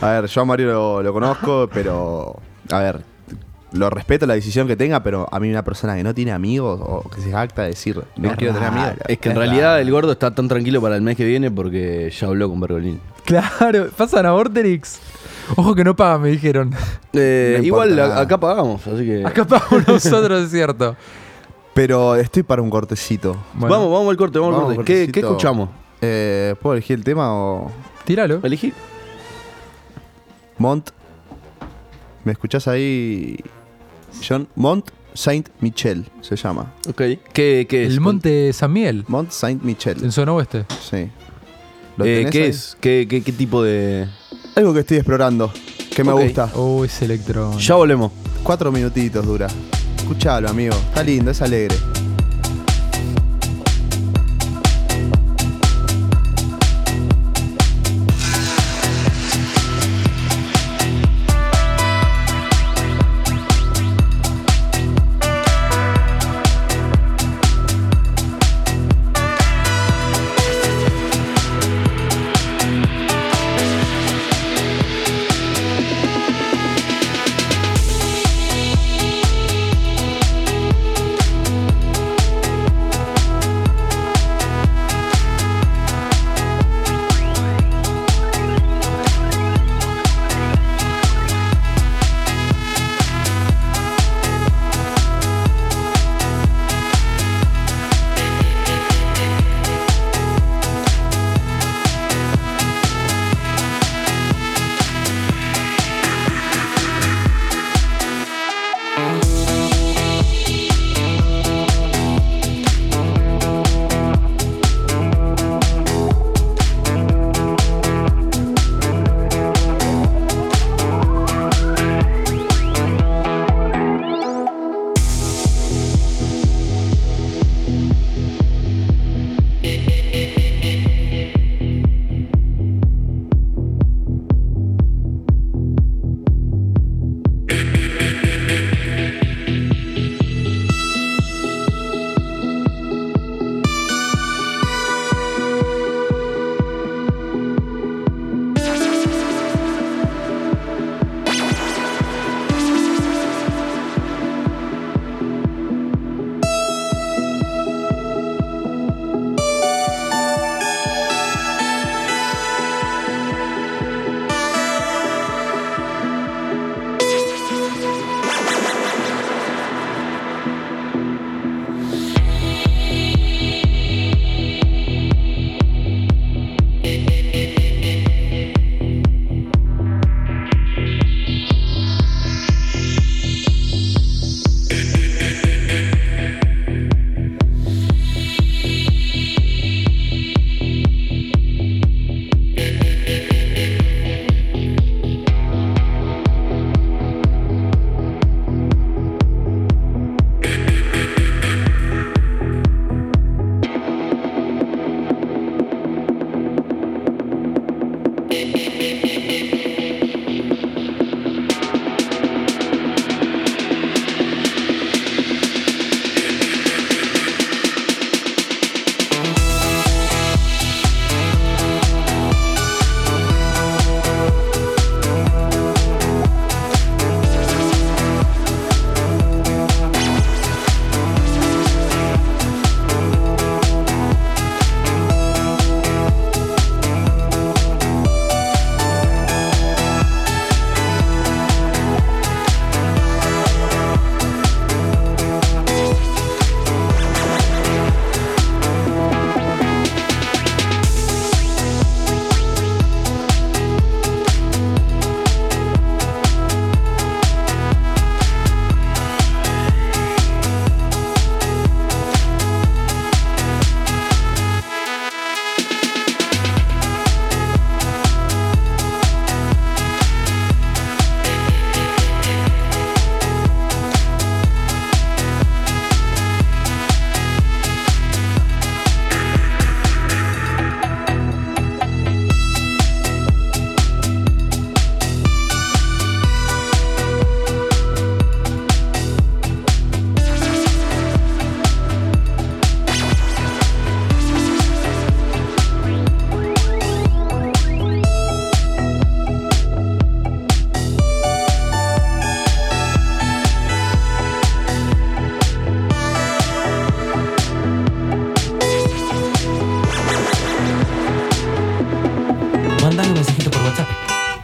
[SPEAKER 10] A ver, yo a Mario lo, lo conozco, pero. A ver, lo respeto la decisión que tenga, pero a mí una persona que no tiene amigos o que se jacta de decir, no
[SPEAKER 9] Es
[SPEAKER 10] quiero tener
[SPEAKER 9] raro.
[SPEAKER 10] amigos.
[SPEAKER 11] Ah, Es que en realidad el gordo está tan tranquilo para el mes que viene porque ya habló con Bergolini.
[SPEAKER 9] Claro, pasan a Vorterix. Ojo que no pagan, me dijeron.
[SPEAKER 11] Eh,
[SPEAKER 10] No importa
[SPEAKER 11] igual a-
[SPEAKER 10] nada.
[SPEAKER 11] acá pagamos, así que.
[SPEAKER 9] Acá pagamos nosotros, es cierto.
[SPEAKER 10] Pero estoy para un cortecito.
[SPEAKER 9] Bueno,
[SPEAKER 11] Vamos, vamos al corte, vamos,
[SPEAKER 10] Vamos,
[SPEAKER 11] al corte. ¿Qué,
[SPEAKER 10] cortecito.
[SPEAKER 11] qué escuchamos?
[SPEAKER 10] Eh, ¿Puedo elegir el tema o.?
[SPEAKER 9] Tíralo.
[SPEAKER 11] Elegí.
[SPEAKER 10] Mont. ¿Me escuchás ahí? John. Mont Saint Michel se llama.
[SPEAKER 11] Ok. ¿Qué, qué es?
[SPEAKER 9] El Monte San Miguel,
[SPEAKER 10] Mont Saint Michel.
[SPEAKER 9] en zona oeste.
[SPEAKER 10] Sí. ¿Lo
[SPEAKER 11] Eh,
[SPEAKER 10] tenés
[SPEAKER 11] ¿Qué
[SPEAKER 10] ahí?
[SPEAKER 11] es? ¿Qué, qué, qué tipo de.?
[SPEAKER 10] Algo que estoy explorando. Que me
[SPEAKER 11] Ok.
[SPEAKER 10] gusta.
[SPEAKER 9] Oh, es electrón.
[SPEAKER 11] Ya volvemos.
[SPEAKER 10] Cuatro minutitos dura. Escuchalo, amigo. Está lindo, es alegre.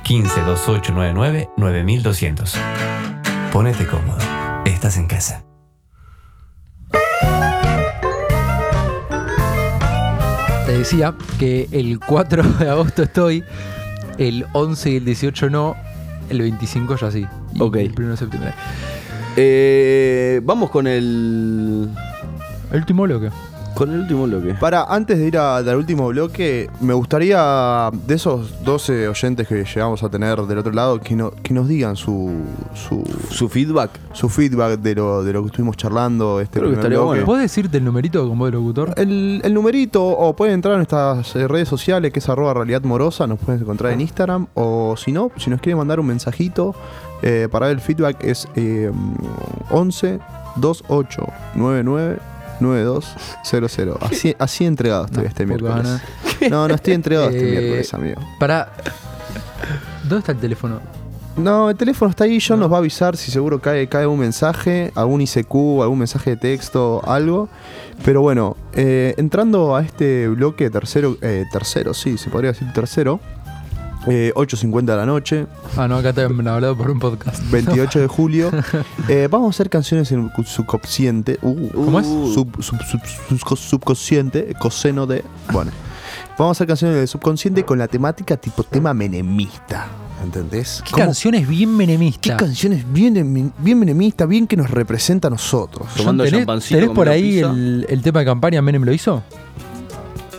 [SPEAKER 7] 15 2899 9200. Ponete cómodo. Estás en casa.
[SPEAKER 9] Te decía que el 4 de agosto estoy, el 11 y el 18 no, el 25 ya sí. y
[SPEAKER 11] Ok.
[SPEAKER 9] El 1 de septiembre.
[SPEAKER 11] Eh, vamos con el.
[SPEAKER 9] ¿El último bloque?
[SPEAKER 11] Con el último bloque.
[SPEAKER 10] Para, antes de ir a- al último bloque, me gustaría de esos 12 oyentes que llegamos a tener del otro lado, que, no- que nos digan su, su,
[SPEAKER 11] Su feedback.
[SPEAKER 10] su feedback de lo, de lo que estuvimos charlando. Este
[SPEAKER 11] Creo que
[SPEAKER 10] primer
[SPEAKER 11] estaría
[SPEAKER 10] bloque.
[SPEAKER 11] bueno.
[SPEAKER 9] ¿Puedes decirte el numerito con voz de locutor?
[SPEAKER 10] El, el numerito, o pueden entrar en nuestras eh, redes sociales, que es arroba realidad morosa, nos pueden
[SPEAKER 9] Ah.
[SPEAKER 10] encontrar en Instagram, o si no, si nos quieren mandar un mensajito eh, para ver el feedback, es eh, 11 28 99 9200. Así, así entregado estoy
[SPEAKER 9] No,
[SPEAKER 10] este
[SPEAKER 9] poca
[SPEAKER 10] miércoles. No, no estoy entregado este
[SPEAKER 9] Eh,
[SPEAKER 10] miércoles, amigo.
[SPEAKER 9] Para. ¿Dónde está el teléfono?
[SPEAKER 10] No, el teléfono está ahí, John nos va a avisar si seguro cae, cae un mensaje, algún ICQ, algún mensaje de texto, algo. Pero bueno, eh, entrando a este bloque tercero, eh, tercero, sí, se podría decir tercero, eh, 8.50 de la noche,
[SPEAKER 9] Ah, no, acá está hablado por un podcast.
[SPEAKER 10] 28 de julio, eh, vamos a hacer canciones en cu- subconsciente. Uh,
[SPEAKER 9] ¿Cómo es?
[SPEAKER 10] Sub- sub- sub- sub- subconsciente, coseno de... Bueno, vamos a hacer canciones del subconsciente con la temática tipo tema menemista. ¿Entendés?
[SPEAKER 9] ¿Qué
[SPEAKER 10] ¿Cómo-
[SPEAKER 9] canciones bien
[SPEAKER 10] ¿Qué
[SPEAKER 9] menemistas?
[SPEAKER 10] canciones bien, em- bien menemistas, bien que nos representa a nosotros?
[SPEAKER 9] John,
[SPEAKER 11] Tomando
[SPEAKER 9] ¿Tenés,
[SPEAKER 11] champancito,
[SPEAKER 9] tenés por
[SPEAKER 11] comiendo
[SPEAKER 9] ahí
[SPEAKER 11] pizza.
[SPEAKER 9] el, el tema de campaña Menem lo hizo?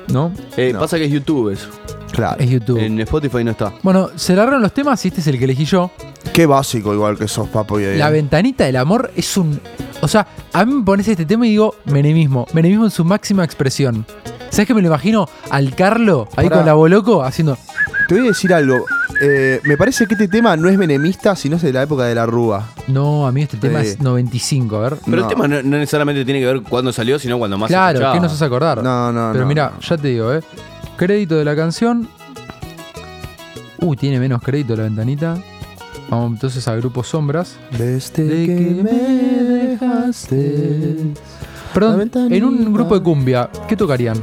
[SPEAKER 9] ¿No?
[SPEAKER 11] Eh, Pasa que es YouTube eso.
[SPEAKER 10] Claro.
[SPEAKER 9] Es YouTube.
[SPEAKER 11] En Spotify no está.
[SPEAKER 9] Bueno, se largaron los temas y este es el que elegí yo.
[SPEAKER 10] Qué básico igual que sos, papo. Y
[SPEAKER 9] La ventanita del amor es un. O sea, a mí me pones este tema y digo menemismo. Menemismo en su máxima expresión. ¿Sabes que me lo imagino al Carlo ahí
[SPEAKER 10] Pará.
[SPEAKER 9] con la Boloco haciendo.
[SPEAKER 10] Te voy a decir algo. Eh, me parece que este tema no es menemista, sino es de la época de la Rúa.
[SPEAKER 9] No, a mí este tema
[SPEAKER 10] Sí.
[SPEAKER 9] es 95, a ver.
[SPEAKER 11] Pero
[SPEAKER 10] No.
[SPEAKER 11] el tema no, no necesariamente tiene que ver cuándo salió, sino cuando más
[SPEAKER 9] claro,
[SPEAKER 11] escuchaba.
[SPEAKER 9] ¿qué nos hace acordar?
[SPEAKER 10] No, no,
[SPEAKER 9] Pero
[SPEAKER 10] no.
[SPEAKER 9] mira, ya te digo, ¿eh? Crédito de la canción. Uh, tiene menos crédito la ventanita. Vamos entonces a Grupo Sombras.
[SPEAKER 10] Desde
[SPEAKER 9] De
[SPEAKER 10] que
[SPEAKER 9] que
[SPEAKER 10] me dejaste. La
[SPEAKER 9] Perdón,
[SPEAKER 10] ventanita.
[SPEAKER 9] en un grupo de cumbia, ¿qué tocarían?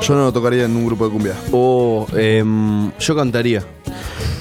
[SPEAKER 10] Yo no lo tocaría en un grupo de cumbia.
[SPEAKER 11] O em, yo cantaría.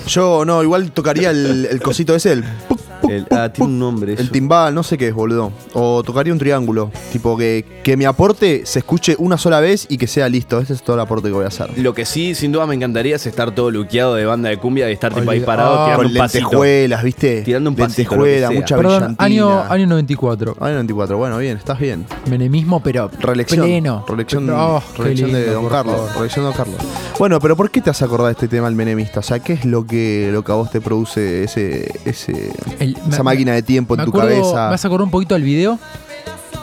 [SPEAKER 10] Yo no, igual tocaría el, el cosito ese, el. puc, puc,
[SPEAKER 11] El-
[SPEAKER 10] puc,
[SPEAKER 11] ah, tiene un
[SPEAKER 10] puc.
[SPEAKER 11] nombre.
[SPEAKER 10] El
[SPEAKER 11] eso.
[SPEAKER 10] timbal, no sé qué es, boludo. O tocaría un triángulo. Tipo que, que mi aporte se escuche una sola vez y que sea listo. Ese es todo el aporte que voy a hacer.
[SPEAKER 11] Lo que sí, sin duda, me encantaría es estar todo luqueado de banda de cumbia y estar tipo ahí
[SPEAKER 9] Olvida-
[SPEAKER 11] parado
[SPEAKER 9] Ah,
[SPEAKER 11] tirando
[SPEAKER 10] con
[SPEAKER 11] un pasito.
[SPEAKER 10] lentejuelas, ¿viste?
[SPEAKER 11] Tirando un pasito,
[SPEAKER 10] Lentejuela,
[SPEAKER 11] lo que sea.
[SPEAKER 10] mucha
[SPEAKER 9] Perdón,
[SPEAKER 10] brillantina.
[SPEAKER 9] año, año 94.
[SPEAKER 10] Año 94. Bueno, bien, estás bien.
[SPEAKER 9] Menemismo, pero
[SPEAKER 10] Reelección.
[SPEAKER 9] pleno.
[SPEAKER 10] Reelección,
[SPEAKER 9] Oh, qué
[SPEAKER 10] reelección de
[SPEAKER 9] lindo,
[SPEAKER 10] Don
[SPEAKER 9] por
[SPEAKER 10] Carlos.
[SPEAKER 9] favor.
[SPEAKER 10] Reelección de Don Carlos. Bueno, pero ¿por qué te has acordado de este tema el menemista? O sea, ¿qué es lo que, lo que a vos te produce ese, ese,
[SPEAKER 9] El-
[SPEAKER 10] esa
[SPEAKER 9] me-
[SPEAKER 10] máquina de tiempo en
[SPEAKER 9] me
[SPEAKER 10] tu
[SPEAKER 9] acuerdo-
[SPEAKER 10] cabeza?
[SPEAKER 9] Me has acordado un poquito al video.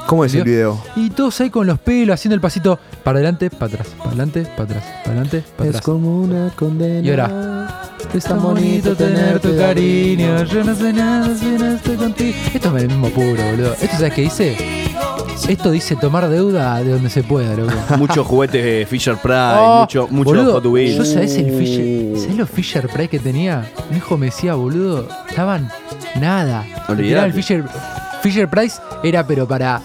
[SPEAKER 10] ¿Cómo es el
[SPEAKER 9] video?
[SPEAKER 10] video?
[SPEAKER 9] Y todos ahí con los pelos, haciendo el pasito para adelante, para atrás, para adelante, para atrás, para adelante, para atrás.
[SPEAKER 10] como una condena.
[SPEAKER 9] Y ahora. Es tan bonito tener tu cariño. Yo no sé nada si no estoy contigo. Esto es menemismo puro, boludo. ¿Esto sabes qué dice? Esto dice tomar deuda de donde se pueda, loco.
[SPEAKER 11] Muchos juguetes de Fisher Price,
[SPEAKER 9] Oh,
[SPEAKER 11] mucho, mucho
[SPEAKER 9] boludo,
[SPEAKER 11] Hot Wheels. Uh.
[SPEAKER 9] Yo sabés el Fisher. ¿Sabés los Fisher Price que tenía? Mi hijo me decía, boludo, estaban nada.
[SPEAKER 11] Olvidate.
[SPEAKER 9] Literal, el Fisher, Fisher Price era pero para.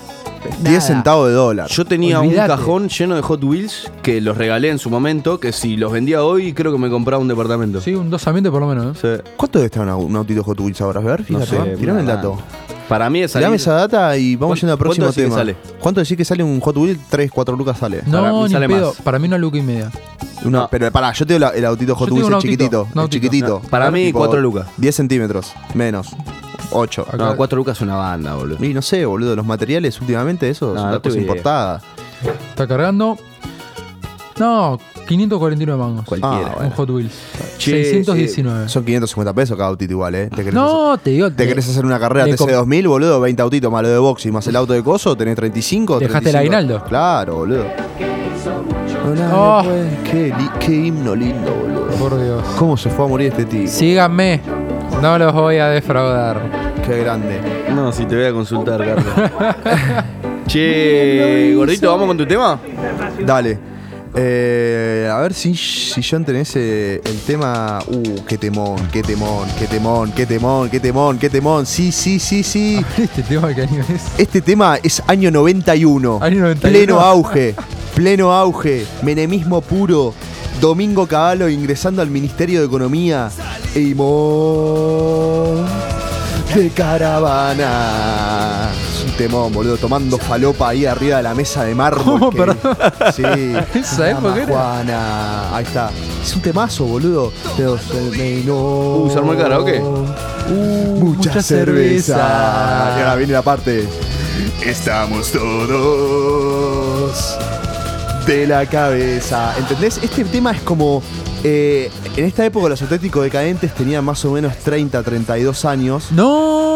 [SPEAKER 10] 10 centavos de dólar.
[SPEAKER 11] Yo tenía
[SPEAKER 9] Olvídate.
[SPEAKER 11] un cajón lleno de Hot Wheels que los regalé en su momento, que si los vendía hoy creo que me compraba un departamento.
[SPEAKER 9] Sí, un dosamiento por lo menos, ¿eh?
[SPEAKER 11] Sí.
[SPEAKER 10] ¿Cuánto debe estar un, au- un autito Hot Wheels ahora? A ver,
[SPEAKER 11] No
[SPEAKER 10] fíjate. ¿eh?
[SPEAKER 11] sé,
[SPEAKER 10] tirame el
[SPEAKER 11] nada.
[SPEAKER 10] dato.
[SPEAKER 11] Para mí es
[SPEAKER 10] Tirame
[SPEAKER 11] salir-
[SPEAKER 10] esa data y vamos
[SPEAKER 11] ¿Cuánto-
[SPEAKER 10] yendo al próximo
[SPEAKER 11] cuánto decís
[SPEAKER 10] tema.
[SPEAKER 11] que
[SPEAKER 10] ¿Cuánto decís que sale un Hot Wheels? 3, 4 lucas sale.
[SPEAKER 9] No,
[SPEAKER 11] Para mí
[SPEAKER 9] ni
[SPEAKER 11] sale
[SPEAKER 9] pedo.
[SPEAKER 11] más.
[SPEAKER 9] Para mí una luca y media.
[SPEAKER 10] Una-
[SPEAKER 11] No.
[SPEAKER 10] Pero pará, yo te digo la- el autito Hot
[SPEAKER 9] Yo te digo
[SPEAKER 10] Wheels,
[SPEAKER 9] un
[SPEAKER 10] el
[SPEAKER 9] autito,
[SPEAKER 10] chiquitito.
[SPEAKER 9] un
[SPEAKER 10] el
[SPEAKER 9] autito.
[SPEAKER 10] chiquitito.
[SPEAKER 11] No, para mí,
[SPEAKER 10] Tipo,
[SPEAKER 11] cuatro lucas.
[SPEAKER 10] 10 centímetros, menos. 8.
[SPEAKER 9] Acá.
[SPEAKER 11] No, cuatro lucas es una banda, boludo.
[SPEAKER 10] Y no sé, boludo, los materiales últimamente, eso
[SPEAKER 11] No,
[SPEAKER 10] es
[SPEAKER 11] no
[SPEAKER 10] una
[SPEAKER 11] te
[SPEAKER 10] cosa
[SPEAKER 11] voy a-
[SPEAKER 10] importada.
[SPEAKER 9] Está cargando. No, 549 mangos.
[SPEAKER 11] Cualquiera.
[SPEAKER 10] Ah,
[SPEAKER 9] Un
[SPEAKER 10] bueno.
[SPEAKER 9] Hot Wheels.
[SPEAKER 11] Che,
[SPEAKER 9] 619.
[SPEAKER 10] Son 550 pesos cada autito igual, ¿eh? Te querés
[SPEAKER 9] Eh. no,
[SPEAKER 10] hacer-
[SPEAKER 9] te digo.
[SPEAKER 10] ¿Te querés hacer una carrera
[SPEAKER 9] le comp-
[SPEAKER 10] TC2000, boludo? 20 autitos más lo de box y más el auto de coso, tenés 35.
[SPEAKER 9] Dejaste el
[SPEAKER 10] 35.
[SPEAKER 9] aguinaldo.
[SPEAKER 10] Claro, boludo.
[SPEAKER 9] Oh.
[SPEAKER 10] Qué, li- qué himno lindo, boludo.
[SPEAKER 9] Por Dios.
[SPEAKER 10] ¿Cómo se fue a morir este tipo?
[SPEAKER 9] Síganme. No los voy a defraudar.
[SPEAKER 10] Qué grande.
[SPEAKER 11] No, si te voy a consultar, Carlos. che, gordito, ¿vamos con tu tema?
[SPEAKER 10] Dale. Eh, a ver si, si John tenés eh, el tema. Uh, qué temón, qué temón, qué temón, qué temón, qué temón, qué temón. Sí, sí, sí, sí.
[SPEAKER 9] Este tema que año es.
[SPEAKER 10] Este tema es año 91.
[SPEAKER 9] Año 91.
[SPEAKER 10] Pleno auge. Pleno auge. Menemismo puro. Domingo Cavallo ingresando al Ministerio de Economía y mo- de caravana. Es un temón, boludo, tomando falopa ahí arriba de la mesa de mármol.
[SPEAKER 9] ¿Cómo,
[SPEAKER 10] que-
[SPEAKER 9] perdón?
[SPEAKER 10] Sí.
[SPEAKER 9] ¿Esa
[SPEAKER 10] Una
[SPEAKER 9] época era?
[SPEAKER 10] majuana. Ahí está. Es un temazo, boludo. De dos
[SPEAKER 11] Uh, se armó el karaoke.
[SPEAKER 10] Mucha,
[SPEAKER 9] Uh, mucha
[SPEAKER 10] cerveza.
[SPEAKER 9] cerveza.
[SPEAKER 10] Y ahora viene la parte. Estamos todos de la cabeza. ¿Entendés? Este tema es como. eh, en esta época los auténticos decadentes tenían más o menos 30, 32 años.
[SPEAKER 9] No,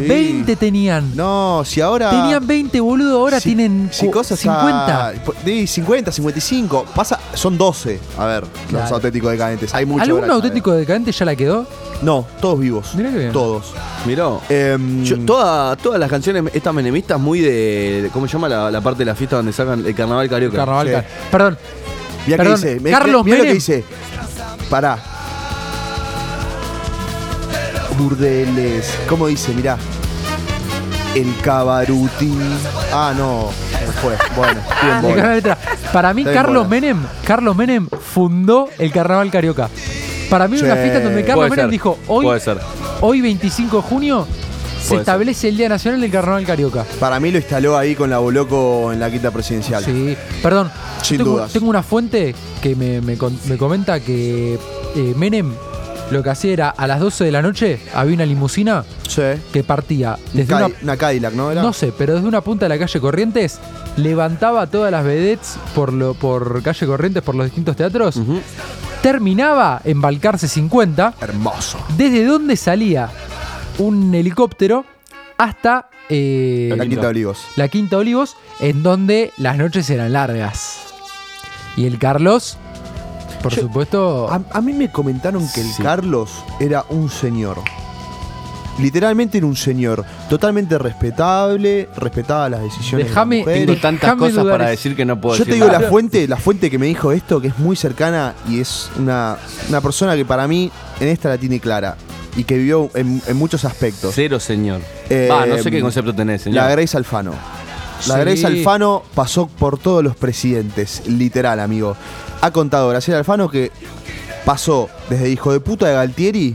[SPEAKER 10] Sí.
[SPEAKER 9] 20 tenían.
[SPEAKER 10] No, si ahora.
[SPEAKER 9] Tenían 20, boludo, ahora
[SPEAKER 10] si-
[SPEAKER 9] tienen
[SPEAKER 10] si
[SPEAKER 9] cu-
[SPEAKER 10] cosa
[SPEAKER 9] 50.
[SPEAKER 10] está- sí, 50, 55. Pasa, son 12. A ver, los
[SPEAKER 9] Claro.
[SPEAKER 10] auténticos decadentes. Hay mucho
[SPEAKER 9] ¿Algún
[SPEAKER 10] bracha,
[SPEAKER 9] auténtico decadente ya la quedó?
[SPEAKER 10] eh. No, todos vivos.
[SPEAKER 9] Mirá que bien.
[SPEAKER 10] Todos.
[SPEAKER 11] Mirá.
[SPEAKER 10] Em,
[SPEAKER 11] Yo- toda- todas las canciones, estas menemistas, muy de. de- ¿Cómo se llama la, la parte de la fiesta donde sacan el carnaval carioca?
[SPEAKER 9] Carnaval,
[SPEAKER 10] Sí.
[SPEAKER 9] Car- Perdón,
[SPEAKER 10] Mirá qué
[SPEAKER 9] Perdón,
[SPEAKER 10] dice. mirá-
[SPEAKER 9] Carlos
[SPEAKER 10] mirá lo que
[SPEAKER 9] Menem.
[SPEAKER 10] dice. Pará. Burdeles. ¿Cómo dice? Mirá. El cabarutín. Ah, no. se Fue. Bueno. Bien,
[SPEAKER 9] me
[SPEAKER 10] bueno.
[SPEAKER 9] cagó la letra. Para mí,
[SPEAKER 10] Está bien
[SPEAKER 9] Carlos
[SPEAKER 10] buena.
[SPEAKER 9] Menem, Carlos Menem fundó el carnaval carioca. Para mí era una
[SPEAKER 10] Sí.
[SPEAKER 9] fiesta donde Carlos
[SPEAKER 11] Puede
[SPEAKER 9] Menem
[SPEAKER 11] ser,
[SPEAKER 9] dijo,
[SPEAKER 11] Puede
[SPEAKER 9] hoy,
[SPEAKER 11] ser.
[SPEAKER 9] hoy 25 de junio se
[SPEAKER 11] Puede
[SPEAKER 9] establece el Día Nacional del Carnaval Carioca.
[SPEAKER 10] Para mí lo instaló ahí con la Boloco en la quinta presidencial.
[SPEAKER 9] Sí, perdón. yo
[SPEAKER 10] Sin
[SPEAKER 9] tengo,
[SPEAKER 10] dudas.
[SPEAKER 9] tengo una fuente que me, me con- me comenta que eh, Menem lo que hacía era a las 12 de la noche había una limusina
[SPEAKER 10] Sí.
[SPEAKER 9] que partía desde
[SPEAKER 10] Cadi-
[SPEAKER 9] una,
[SPEAKER 10] una, Cadillac, ¿no? Era?
[SPEAKER 9] no sé, pero desde una punta de la calle Corrientes levantaba todas las vedettes por, lo, por calle Corrientes, por los distintos teatros, terminaba en Balcarce 50,
[SPEAKER 10] Hermoso.
[SPEAKER 9] desde donde salía un helicóptero hasta eh,
[SPEAKER 10] la quinta de Olivos.
[SPEAKER 9] la Quinta Olivos, en donde las noches eran largas. Y el Carlos, por
[SPEAKER 10] Yo-
[SPEAKER 9] supuesto,
[SPEAKER 10] A, a mí me comentaron que el Carlos era un señor. Literalmente era un señor. Totalmente respetable, respetaba las decisiones.
[SPEAKER 9] Déjame-
[SPEAKER 10] de las mujeres.
[SPEAKER 11] Tengo tantas
[SPEAKER 9] Dejame
[SPEAKER 11] cosas para
[SPEAKER 9] lugares.
[SPEAKER 11] decir que no puedo
[SPEAKER 10] Yo
[SPEAKER 11] decir
[SPEAKER 10] te digo
[SPEAKER 11] nada.
[SPEAKER 10] la fuente, la fuente que me dijo esto, que es muy cercana y es una, una persona que para mí en esta la tiene clara y que vivió en, en muchos aspectos.
[SPEAKER 11] Cero, señor.
[SPEAKER 10] Eh,
[SPEAKER 11] Va, no sé qué concepto tenés, señor.
[SPEAKER 10] La Grace Alfano. La
[SPEAKER 9] Sí.
[SPEAKER 10] Grace Alfano pasó por todos los presidentes, literal, amigo. Ha contado Graciela Alfano que pasó desde hijo de puta de Galtieri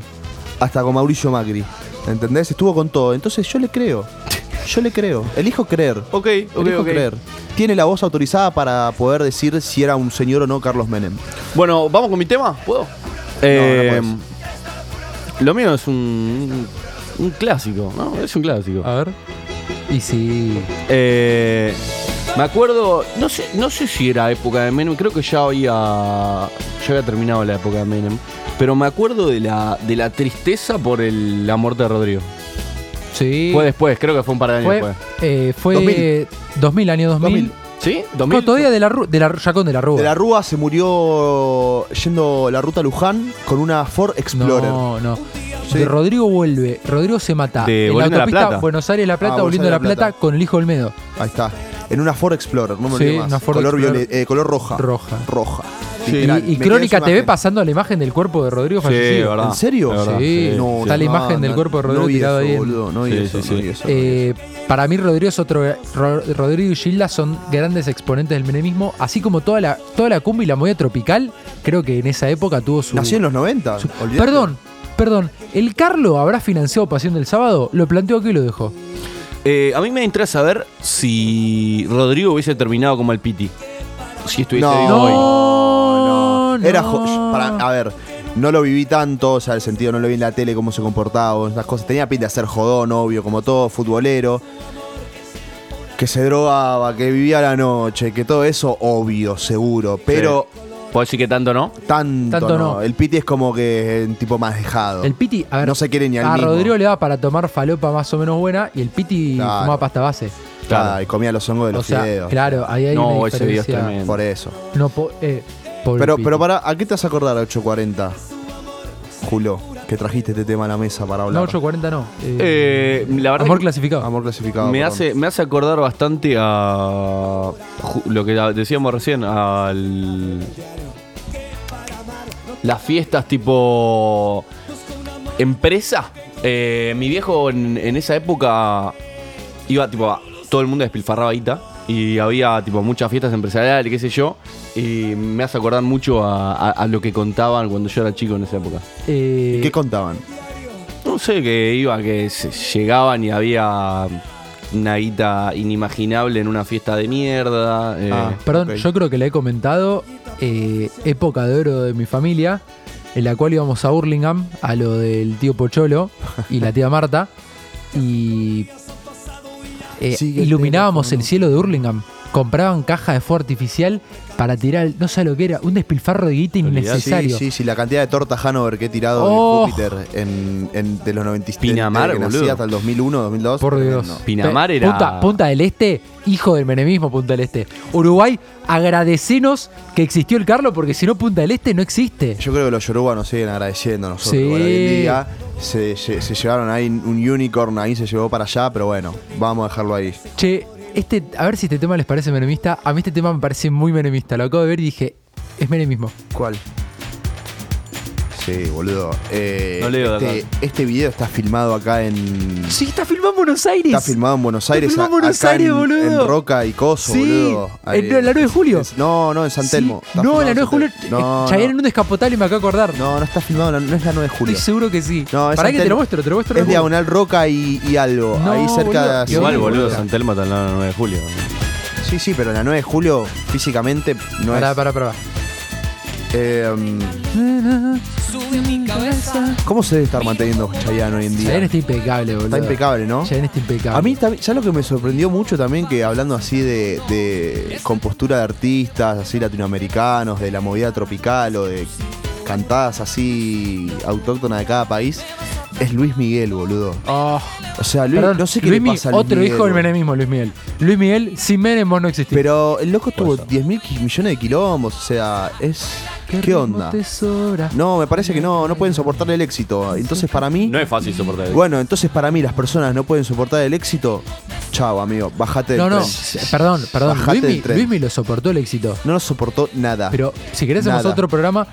[SPEAKER 10] hasta con Mauricio Macri. ¿Entendés? Estuvo con todo. Entonces yo le creo. Yo le creo. Elijo creer.
[SPEAKER 11] Ok, ok,
[SPEAKER 10] Elijo
[SPEAKER 11] ok.
[SPEAKER 10] creer. Tiene la voz autorizada para poder decir si era un señor o no Carlos Menem.
[SPEAKER 11] Bueno, vamos con mi tema, ¿puedo? Eh, lo mío es un, un clásico, ¿no? Es un clásico.
[SPEAKER 9] a ver. Y si
[SPEAKER 11] Eh, me acuerdo, no sé, no sé si era época de Menem, creo que ya había, ya había terminado la época de Menem, pero me acuerdo de la, de la tristeza por el- la muerte de Rodrigo.
[SPEAKER 9] sí,
[SPEAKER 11] Fue después, creo que fue un par de años
[SPEAKER 9] fue,
[SPEAKER 11] después.
[SPEAKER 9] eh, fue
[SPEAKER 10] 2000.
[SPEAKER 9] 2000, año 2000.
[SPEAKER 10] 2000.
[SPEAKER 11] ¿Sí?
[SPEAKER 9] No,
[SPEAKER 11] ¿2000?
[SPEAKER 9] todavía de la, Ru- de la Ru- ya con de la Rúa.
[SPEAKER 10] De la Rúa se murió yendo la ruta a Luján con una Ford Explorer.
[SPEAKER 9] No, no.
[SPEAKER 10] Sí.
[SPEAKER 9] De Rodrigo vuelve, Rodrigo se mata.
[SPEAKER 11] De
[SPEAKER 9] en la
[SPEAKER 11] Volviendo a La
[SPEAKER 9] autopista
[SPEAKER 11] Plata.
[SPEAKER 9] Buenos Aires La Plata,
[SPEAKER 10] Ah,
[SPEAKER 9] volviendo a La Plata, con el hijo del Medo.
[SPEAKER 10] Ahí está. En una Ford Explorer, no me
[SPEAKER 9] Sí,
[SPEAKER 10] olvido más.
[SPEAKER 9] una Ford
[SPEAKER 10] color,
[SPEAKER 9] Explorer.
[SPEAKER 10] viole- eh, color roja.
[SPEAKER 9] Roja.
[SPEAKER 10] Roja.
[SPEAKER 9] Y,
[SPEAKER 10] Literal.
[SPEAKER 9] y
[SPEAKER 10] Me quedé
[SPEAKER 9] Crónica
[SPEAKER 10] esa
[SPEAKER 9] TV
[SPEAKER 10] imagen.
[SPEAKER 9] pasando la imagen del cuerpo de Rodrigo
[SPEAKER 11] Sí,
[SPEAKER 9] fallecido.
[SPEAKER 11] verdad.
[SPEAKER 10] ¿En serio?
[SPEAKER 11] Es verdad,
[SPEAKER 9] Sí, está la imagen del cuerpo de Rodrigo
[SPEAKER 10] no vi
[SPEAKER 9] tirado
[SPEAKER 10] eso,
[SPEAKER 9] ahí en-
[SPEAKER 10] Boludo, no vi
[SPEAKER 11] Sí,
[SPEAKER 10] eso,
[SPEAKER 11] sí,
[SPEAKER 10] no
[SPEAKER 11] sí.
[SPEAKER 10] vi eso.
[SPEAKER 9] Eh, para mí Rodrigo es otro Ro- Rodrigo y Gilda son grandes exponentes del menemismo, así como toda la toda la cumbia y la movida tropical, creo que en esa época tuvo su
[SPEAKER 10] Nació en los 90.
[SPEAKER 9] su-
[SPEAKER 10] olvidate.
[SPEAKER 9] Perdón, perdón, el Carlo habrá financiado Pasión del Sábado, lo planteó aquí y lo dejó.
[SPEAKER 11] Eh, a mí me interesa saber si Rodrigo hubiese terminado como el Piti. Si estuviese
[SPEAKER 10] No.
[SPEAKER 11] vivo hoy.
[SPEAKER 10] No,
[SPEAKER 9] no.
[SPEAKER 10] Era jo- yo- para, ah, a ver, no lo viví tanto, o sea, el sentido no lo vi en la tele cómo se comportaba, esas cosas. Tenía pinta de ser jodón, obvio, como todo, futbolero. Que se drogaba, que vivía la noche, que todo eso, obvio, seguro. Pero
[SPEAKER 11] ¿Puedo decir que tanto no?
[SPEAKER 10] tanto,
[SPEAKER 9] Tanto
[SPEAKER 10] no.
[SPEAKER 9] no.
[SPEAKER 10] El Piti es como que un tipo más dejado.
[SPEAKER 9] El Piti, a ver,
[SPEAKER 10] No se quiere ni al
[SPEAKER 9] a
[SPEAKER 10] mismo.
[SPEAKER 9] Rodrigo le daba para tomar falopa más o menos buena y el Piti
[SPEAKER 10] Claro.
[SPEAKER 9] fumaba pasta base.
[SPEAKER 10] Claro, y comía los hongos de
[SPEAKER 9] O
[SPEAKER 10] los
[SPEAKER 9] sea,
[SPEAKER 10] fideos.
[SPEAKER 9] claro, ahí hay
[SPEAKER 11] No, este
[SPEAKER 9] una
[SPEAKER 11] ese video es
[SPEAKER 9] diferencia.
[SPEAKER 11] tremendo.
[SPEAKER 10] Por eso.
[SPEAKER 9] No, po- eh, pobre
[SPEAKER 10] Pero,
[SPEAKER 9] Piti.
[SPEAKER 10] pero para, ¿a qué te vas a acordar a 840? Julio, que trajiste este tema a la mesa para
[SPEAKER 9] no,
[SPEAKER 10] hablar.
[SPEAKER 9] 840 no. eh,
[SPEAKER 11] Eh, la verdad
[SPEAKER 9] amor
[SPEAKER 11] que-
[SPEAKER 9] clasificado.
[SPEAKER 10] Amor clasificado.
[SPEAKER 11] Me
[SPEAKER 10] perdón.
[SPEAKER 11] hace, me hace acordar bastante a ju- lo que decíamos recién, al las fiestas tipo empresa. Eh, mi viejo en, en esa época iba tipo a- todo el mundo despilfarraba guita y había tipo muchas fiestas empresariales, qué sé yo, y me hace acordar mucho a, a- a lo que contaban cuando yo era chico en esa época.
[SPEAKER 9] Eh,
[SPEAKER 10] ¿Qué contaban?
[SPEAKER 11] No sé, que iba, que se- llegaban y había una guita inimaginable en una fiesta de mierda. eh,
[SPEAKER 9] Perdón,
[SPEAKER 11] ok.
[SPEAKER 9] yo creo que le he comentado eh, época de oro de mi familia, en la cual íbamos a Hurlingham, a lo del tío Pocholo y la tía Marta, y eh, iluminábamos el cielo de Hurlingham. Compraban caja de fuego artificial para tirar, no sé lo que era, un despilfarro de guita innecesario.
[SPEAKER 10] Sí, sí, sí, la cantidad de tortas Hanover que he tirado
[SPEAKER 9] Oh.
[SPEAKER 10] de Júpiter en, en- de los 97.
[SPEAKER 11] Pinamar,
[SPEAKER 10] desde que nací
[SPEAKER 11] boludo.
[SPEAKER 10] hasta el 2001, 2002.
[SPEAKER 9] Por Dios.
[SPEAKER 10] tremendo.
[SPEAKER 11] Pinamar
[SPEAKER 9] Pe-
[SPEAKER 11] era-
[SPEAKER 9] Punta, Punta del Este, hijo del menemismo, Punta del Este. Uruguay, agradecenos que existió el Carlos, porque si no, Punta del Este no existe.
[SPEAKER 10] Yo creo que los yoruba nos siguen agradeciendo a nosotros.
[SPEAKER 9] Sí.
[SPEAKER 10] Bueno, hoy en día se, se- se llevaron ahí un unicorn, ahí se llevó para allá, pero bueno, vamos a dejarlo ahí.
[SPEAKER 9] Che, este, a ver si este tema les parece menemista. A mí este tema me parece muy menemista. Lo acabo de ver y dije, es menemismo.
[SPEAKER 10] ¿Cuál? Sí, boludo. Eh,
[SPEAKER 11] No leo de
[SPEAKER 10] este, este video está filmado acá en.
[SPEAKER 9] Sí, está filmado en Buenos Aires.
[SPEAKER 10] Está filmado en Buenos
[SPEAKER 9] Está
[SPEAKER 10] Aires.
[SPEAKER 9] filmado en
[SPEAKER 10] a-
[SPEAKER 9] Buenos
[SPEAKER 10] acá
[SPEAKER 9] Aires,
[SPEAKER 10] en-
[SPEAKER 9] boludo.
[SPEAKER 10] En Roca y Coso,
[SPEAKER 9] Sí,
[SPEAKER 10] boludo.
[SPEAKER 9] en la 9 de julio.
[SPEAKER 10] no, no, en San
[SPEAKER 9] Sí,
[SPEAKER 10] Telmo. Está
[SPEAKER 9] No,
[SPEAKER 10] filmado
[SPEAKER 9] la 9
[SPEAKER 10] en
[SPEAKER 9] de
[SPEAKER 10] San
[SPEAKER 9] julio.
[SPEAKER 10] Telmo. No,
[SPEAKER 9] eh, Chayanne
[SPEAKER 10] no.
[SPEAKER 9] en un descapotable me acabo de acordar.
[SPEAKER 10] No, no está filmado, no, no es la 9 de julio.
[SPEAKER 9] Estoy seguro que sí.
[SPEAKER 10] No, es
[SPEAKER 9] Pará que
[SPEAKER 10] San
[SPEAKER 9] te
[SPEAKER 10] Telmo.
[SPEAKER 9] lo muestro, te lo muestro.
[SPEAKER 10] Es diagonal Roca y, y algo.
[SPEAKER 9] No,
[SPEAKER 10] ahí cerca
[SPEAKER 9] boludo.
[SPEAKER 10] de
[SPEAKER 11] Igual,
[SPEAKER 10] Sí,
[SPEAKER 11] boludo, San Telmo está al lado de la 9 de julio.
[SPEAKER 10] Sí, sí, pero la 9 de julio físicamente no
[SPEAKER 9] Pará,
[SPEAKER 10] es.
[SPEAKER 9] pará, pará.
[SPEAKER 10] Eh, ¿Cómo se debe estar manteniendo Chayanne hoy en día?
[SPEAKER 9] Chayanne está impecable, boludo.
[SPEAKER 10] Está impecable, ¿no?
[SPEAKER 9] Chayanne está impecable.
[SPEAKER 10] A mí también, ya lo que me sorprendió mucho también que hablando así de, de compostura de artistas, así latinoamericanos, de la movida tropical o de cantadas así autóctonas de cada país, es Luis Miguel, boludo.
[SPEAKER 9] Oh,
[SPEAKER 10] O sea, Luis,
[SPEAKER 9] perdón,
[SPEAKER 10] no sé qué
[SPEAKER 9] Luis Mi-
[SPEAKER 10] le pasa a Luis
[SPEAKER 9] Otro
[SPEAKER 10] Miguel,
[SPEAKER 9] hijo del
[SPEAKER 10] boludo.
[SPEAKER 9] menemismo, Luis Miguel. Luis Miguel, sin menem vos no existís.
[SPEAKER 10] Pero el loco tuvo 10 mil millones de quilombos, o sea, es... ¿Qué,
[SPEAKER 9] ritmo
[SPEAKER 10] onda?
[SPEAKER 9] te sobra?
[SPEAKER 10] No, me parece que no, no pueden soportar el éxito. Entonces para mí...
[SPEAKER 11] No es fácil soportar eso.
[SPEAKER 10] Bueno, entonces para mí las personas no pueden soportar el éxito. Chao, amigo, bájate del
[SPEAKER 9] No, no,
[SPEAKER 10] tren.
[SPEAKER 9] perdón, perdón.
[SPEAKER 10] Pues, Bajate
[SPEAKER 9] Luismi-
[SPEAKER 10] del tren.
[SPEAKER 9] Luismi lo soportó el éxito.
[SPEAKER 10] No nos soportó nada.
[SPEAKER 9] Pero si querés hacemos
[SPEAKER 10] Nada.
[SPEAKER 9] otro programa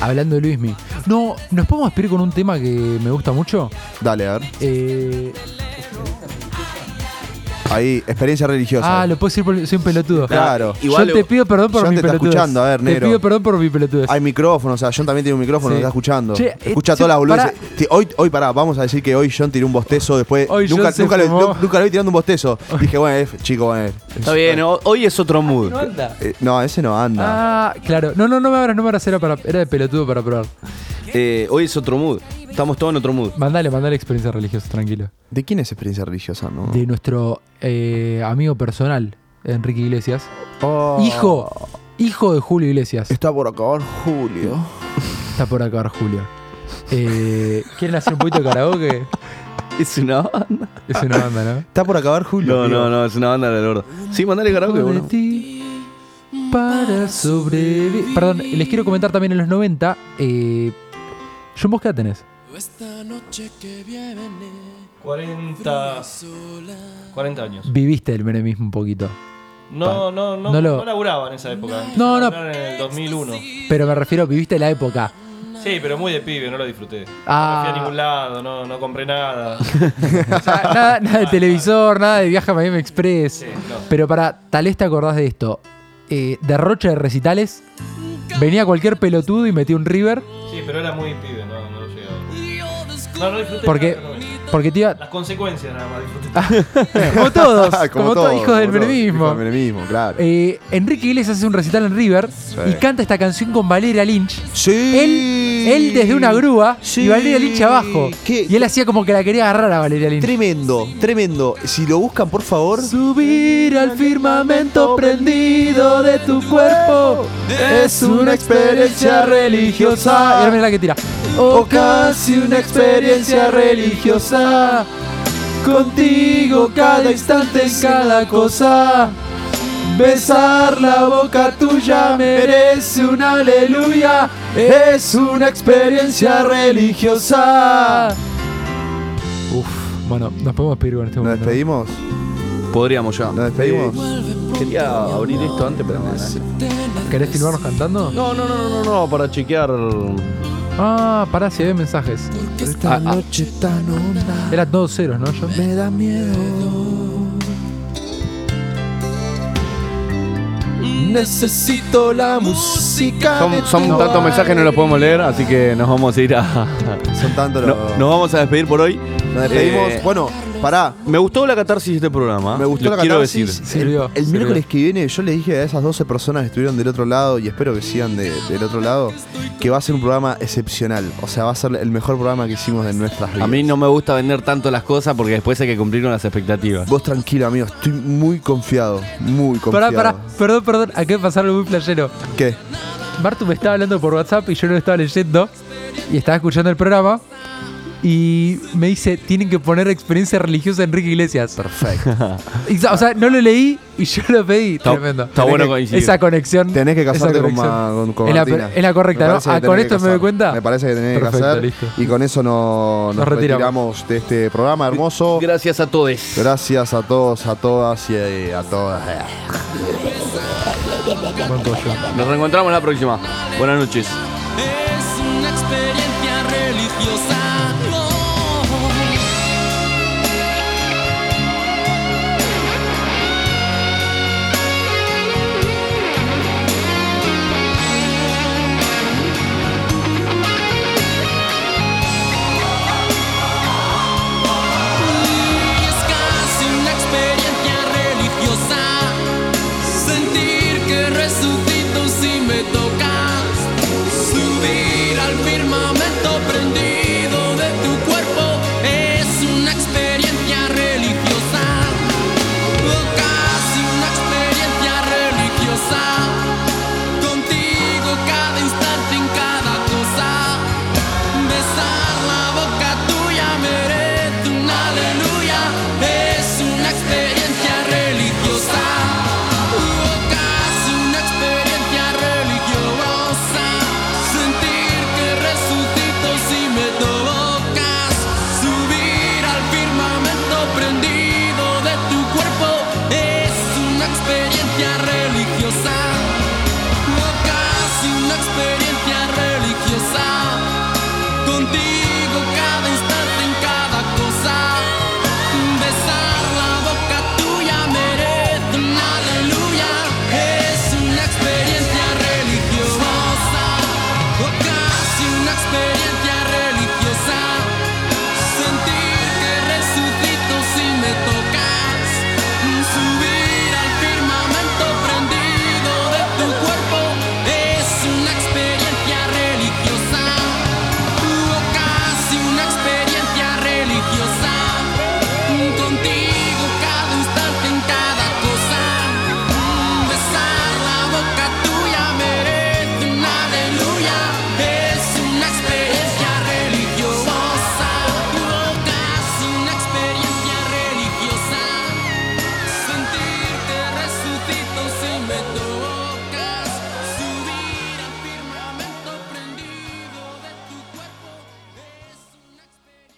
[SPEAKER 9] hablando de Luismi. No, ¿nos podemos despedir con un tema que me gusta mucho?
[SPEAKER 10] Dale, a ver.
[SPEAKER 9] Eh,
[SPEAKER 10] Ahí, experiencia religiosa.
[SPEAKER 9] ah, lo puedo decir porque soy un pelotudo.
[SPEAKER 10] Claro.
[SPEAKER 11] Igual
[SPEAKER 9] Yo te pido perdón por
[SPEAKER 10] John
[SPEAKER 9] mi
[SPEAKER 10] te está
[SPEAKER 9] pelotudez.
[SPEAKER 10] escuchando, a ver,
[SPEAKER 9] Te
[SPEAKER 10] negro.
[SPEAKER 9] pido perdón por mi pelotudez.
[SPEAKER 10] Hay micrófonos, o sea, John también tiene un micrófono,
[SPEAKER 9] Sí.
[SPEAKER 10] nos está escuchando.
[SPEAKER 9] Che, eh,
[SPEAKER 10] Escucha
[SPEAKER 9] che,
[SPEAKER 10] todas las boludeces.
[SPEAKER 9] pará.
[SPEAKER 10] Ti- Hoy, hoy, pará, vamos a decir que hoy John tiró un bostezo después.
[SPEAKER 9] Hoy
[SPEAKER 10] nunca,
[SPEAKER 9] John se
[SPEAKER 10] nunca, lo,
[SPEAKER 9] fumó.
[SPEAKER 10] nu- nunca lo vi tirando un bostezo. Dije, bueno, eh, chico, bueno. eh,
[SPEAKER 11] Está bien, ho- hoy es otro mood.
[SPEAKER 10] eh, no, ese no anda.
[SPEAKER 9] Ah, claro. No, no, no me abras, no me abras. Era, para, era de pelotudo para probar.
[SPEAKER 11] Eh, hoy es otro mood. Estamos todos en otro mood.
[SPEAKER 9] Mandale, mandale experiencia religiosa, tranquilo.
[SPEAKER 10] ¿De quién es experiencia religiosa, no?
[SPEAKER 9] De nuestro eh, amigo personal, Enrique Iglesias.
[SPEAKER 10] Oh,
[SPEAKER 9] Hijo, hijo de Julio Iglesias.
[SPEAKER 10] Está por acabar Julio.
[SPEAKER 9] Está por acabar Julio. Eh, ¿Quieren hacer un poquito de karaoke?
[SPEAKER 11] Es una banda.
[SPEAKER 9] Es una banda, ¿no?
[SPEAKER 10] Está por acabar Julio.
[SPEAKER 11] No,
[SPEAKER 10] tío.
[SPEAKER 11] no, no, es una banda de la verdad. Sí, mandale karaoke,
[SPEAKER 9] Por
[SPEAKER 11] boludo.
[SPEAKER 9] ti, para sobrevivir. Perdón, les quiero comentar también en los 90. Eh, John, ¿vos qué edad tenés?
[SPEAKER 12] 40. 40 años.
[SPEAKER 9] Viviste el menemismo un poquito.
[SPEAKER 12] No, no, no,
[SPEAKER 9] No
[SPEAKER 12] no,
[SPEAKER 9] lo-
[SPEAKER 12] laburaba en esa época.
[SPEAKER 9] No, no.
[SPEAKER 12] Laburaba En el 2001.
[SPEAKER 9] Pero me refiero, viviste la época.
[SPEAKER 12] Sí, pero muy de pibe, no lo disfruté.
[SPEAKER 9] Ah.
[SPEAKER 12] No fui a ningún lado, no, no compré nada.
[SPEAKER 9] O sea, nada, nada de televisor, nada de viaje a Miami Express. Pero para, tal vez te acordás de esto. Eh, derroche de recitales. Venía cualquier pelotudo y metía un river.
[SPEAKER 12] Sí, pero era muy pibe, no, no llegaba. No, no disfruté.
[SPEAKER 9] Porque,
[SPEAKER 12] nada, no.
[SPEAKER 9] porque te iba.
[SPEAKER 12] Las consecuencias nada más disfruté.
[SPEAKER 9] Como todos, como, todos, hijos del
[SPEAKER 10] como todos,
[SPEAKER 9] menemismo.
[SPEAKER 10] hijos del menemismo, claro.
[SPEAKER 9] Eh, Enrique Iglesias hace un recital en River y canta esta canción con Valeria Lynch.
[SPEAKER 10] Sí.
[SPEAKER 9] Él, él desde una grúa y
[SPEAKER 10] Sí.
[SPEAKER 9] Valeria Lynch abajo.
[SPEAKER 10] ¿Qué?
[SPEAKER 9] Y él hacía como que la quería agarrar a Valeria Lynch.
[SPEAKER 10] Tremendo, tremendo. Si lo buscan, por favor.
[SPEAKER 9] Subir al firmamento prendido de tu cuerpo
[SPEAKER 10] es una experiencia religiosa.
[SPEAKER 9] Y ahora mirá la que tira. O casi una experiencia religiosa. Contigo cada instante en cada cosa. Besar la boca tuya merece un aleluya. Es una experiencia religiosa. Uf, bueno, nos podemos pedir con este
[SPEAKER 10] ¿Nos
[SPEAKER 9] momento.
[SPEAKER 10] despedimos?
[SPEAKER 11] Podríamos ya.
[SPEAKER 10] ¿Nos despedimos?
[SPEAKER 11] Quería abrir esto antes, pero no.
[SPEAKER 9] ¿Querés filmarnos cantando?
[SPEAKER 11] No, no, no, no, no, para chequear.
[SPEAKER 9] Ah, pará, si había mensajes.
[SPEAKER 11] Ah, ah,
[SPEAKER 9] Era todos ceros, ¿no? Yo-
[SPEAKER 10] Me da miedo.
[SPEAKER 13] Necesito la música.
[SPEAKER 11] Son, son tantos mensajes no los podemos leer, así que nos vamos a ir a.
[SPEAKER 10] Son tantos
[SPEAKER 11] los. nos vamos a despedir por hoy.
[SPEAKER 10] Nos despedimos.
[SPEAKER 11] bueno,
[SPEAKER 10] pará.
[SPEAKER 11] Me gustó la catarsis de este programa.
[SPEAKER 10] Me gustó
[SPEAKER 11] Lo
[SPEAKER 10] la
[SPEAKER 11] quiero
[SPEAKER 10] catarsis.
[SPEAKER 11] decir.
[SPEAKER 10] El- el miércoles que viene, yo le dije a esas 12 personas que estuvieron del otro lado, y espero que sigan de- del otro lado, que va a ser un programa excepcional. O sea, va a ser el mejor programa que hicimos de nuestras vidas.
[SPEAKER 11] A mí no me gusta vender tanto las cosas porque después hay que cumplir con las expectativas.
[SPEAKER 10] Vos tranquilo, amigo, estoy muy confiado. Muy
[SPEAKER 9] Pará,
[SPEAKER 10] confiado.
[SPEAKER 9] pará, perdón, perdón, acá me pasó algo muy playero.
[SPEAKER 10] ¿Qué?
[SPEAKER 9] Martu me estaba hablando por WhatsApp y yo no lo estaba leyendo y estaba escuchando el programa y me dice, tienen que poner experiencia religiosa a Enrique Iglesias.
[SPEAKER 10] Perfecto.
[SPEAKER 9] o sea, no lo leí y yo lo pedí.
[SPEAKER 10] Está-
[SPEAKER 9] Tremendo.
[SPEAKER 10] está bueno
[SPEAKER 9] Tenés que-
[SPEAKER 10] coincidir.
[SPEAKER 9] Esa conexión.
[SPEAKER 10] Tenés que
[SPEAKER 9] esa
[SPEAKER 10] casarte con,
[SPEAKER 9] conexión.
[SPEAKER 10] ma- con- con
[SPEAKER 9] es,
[SPEAKER 10] Martina.
[SPEAKER 9] la, es la
[SPEAKER 10] Me
[SPEAKER 9] correcta, ¿no?
[SPEAKER 10] parece que
[SPEAKER 9] Ah, con
[SPEAKER 10] tenés
[SPEAKER 9] esto
[SPEAKER 10] que
[SPEAKER 9] me doy
[SPEAKER 10] casar.
[SPEAKER 9] cuenta.
[SPEAKER 10] Me parece que tenés
[SPEAKER 9] Perfecto,
[SPEAKER 10] que hacer.
[SPEAKER 9] listo.
[SPEAKER 10] Y con eso no- nos,
[SPEAKER 9] Nos
[SPEAKER 10] retiramos.
[SPEAKER 9] retiramos.
[SPEAKER 10] de este programa hermoso.
[SPEAKER 11] Gracias a todos.
[SPEAKER 10] Gracias a todos, a todas y eh, a todas.
[SPEAKER 11] Nos reencontramos la próxima. Buenas noches.
[SPEAKER 13] Es una experiencia religiosa.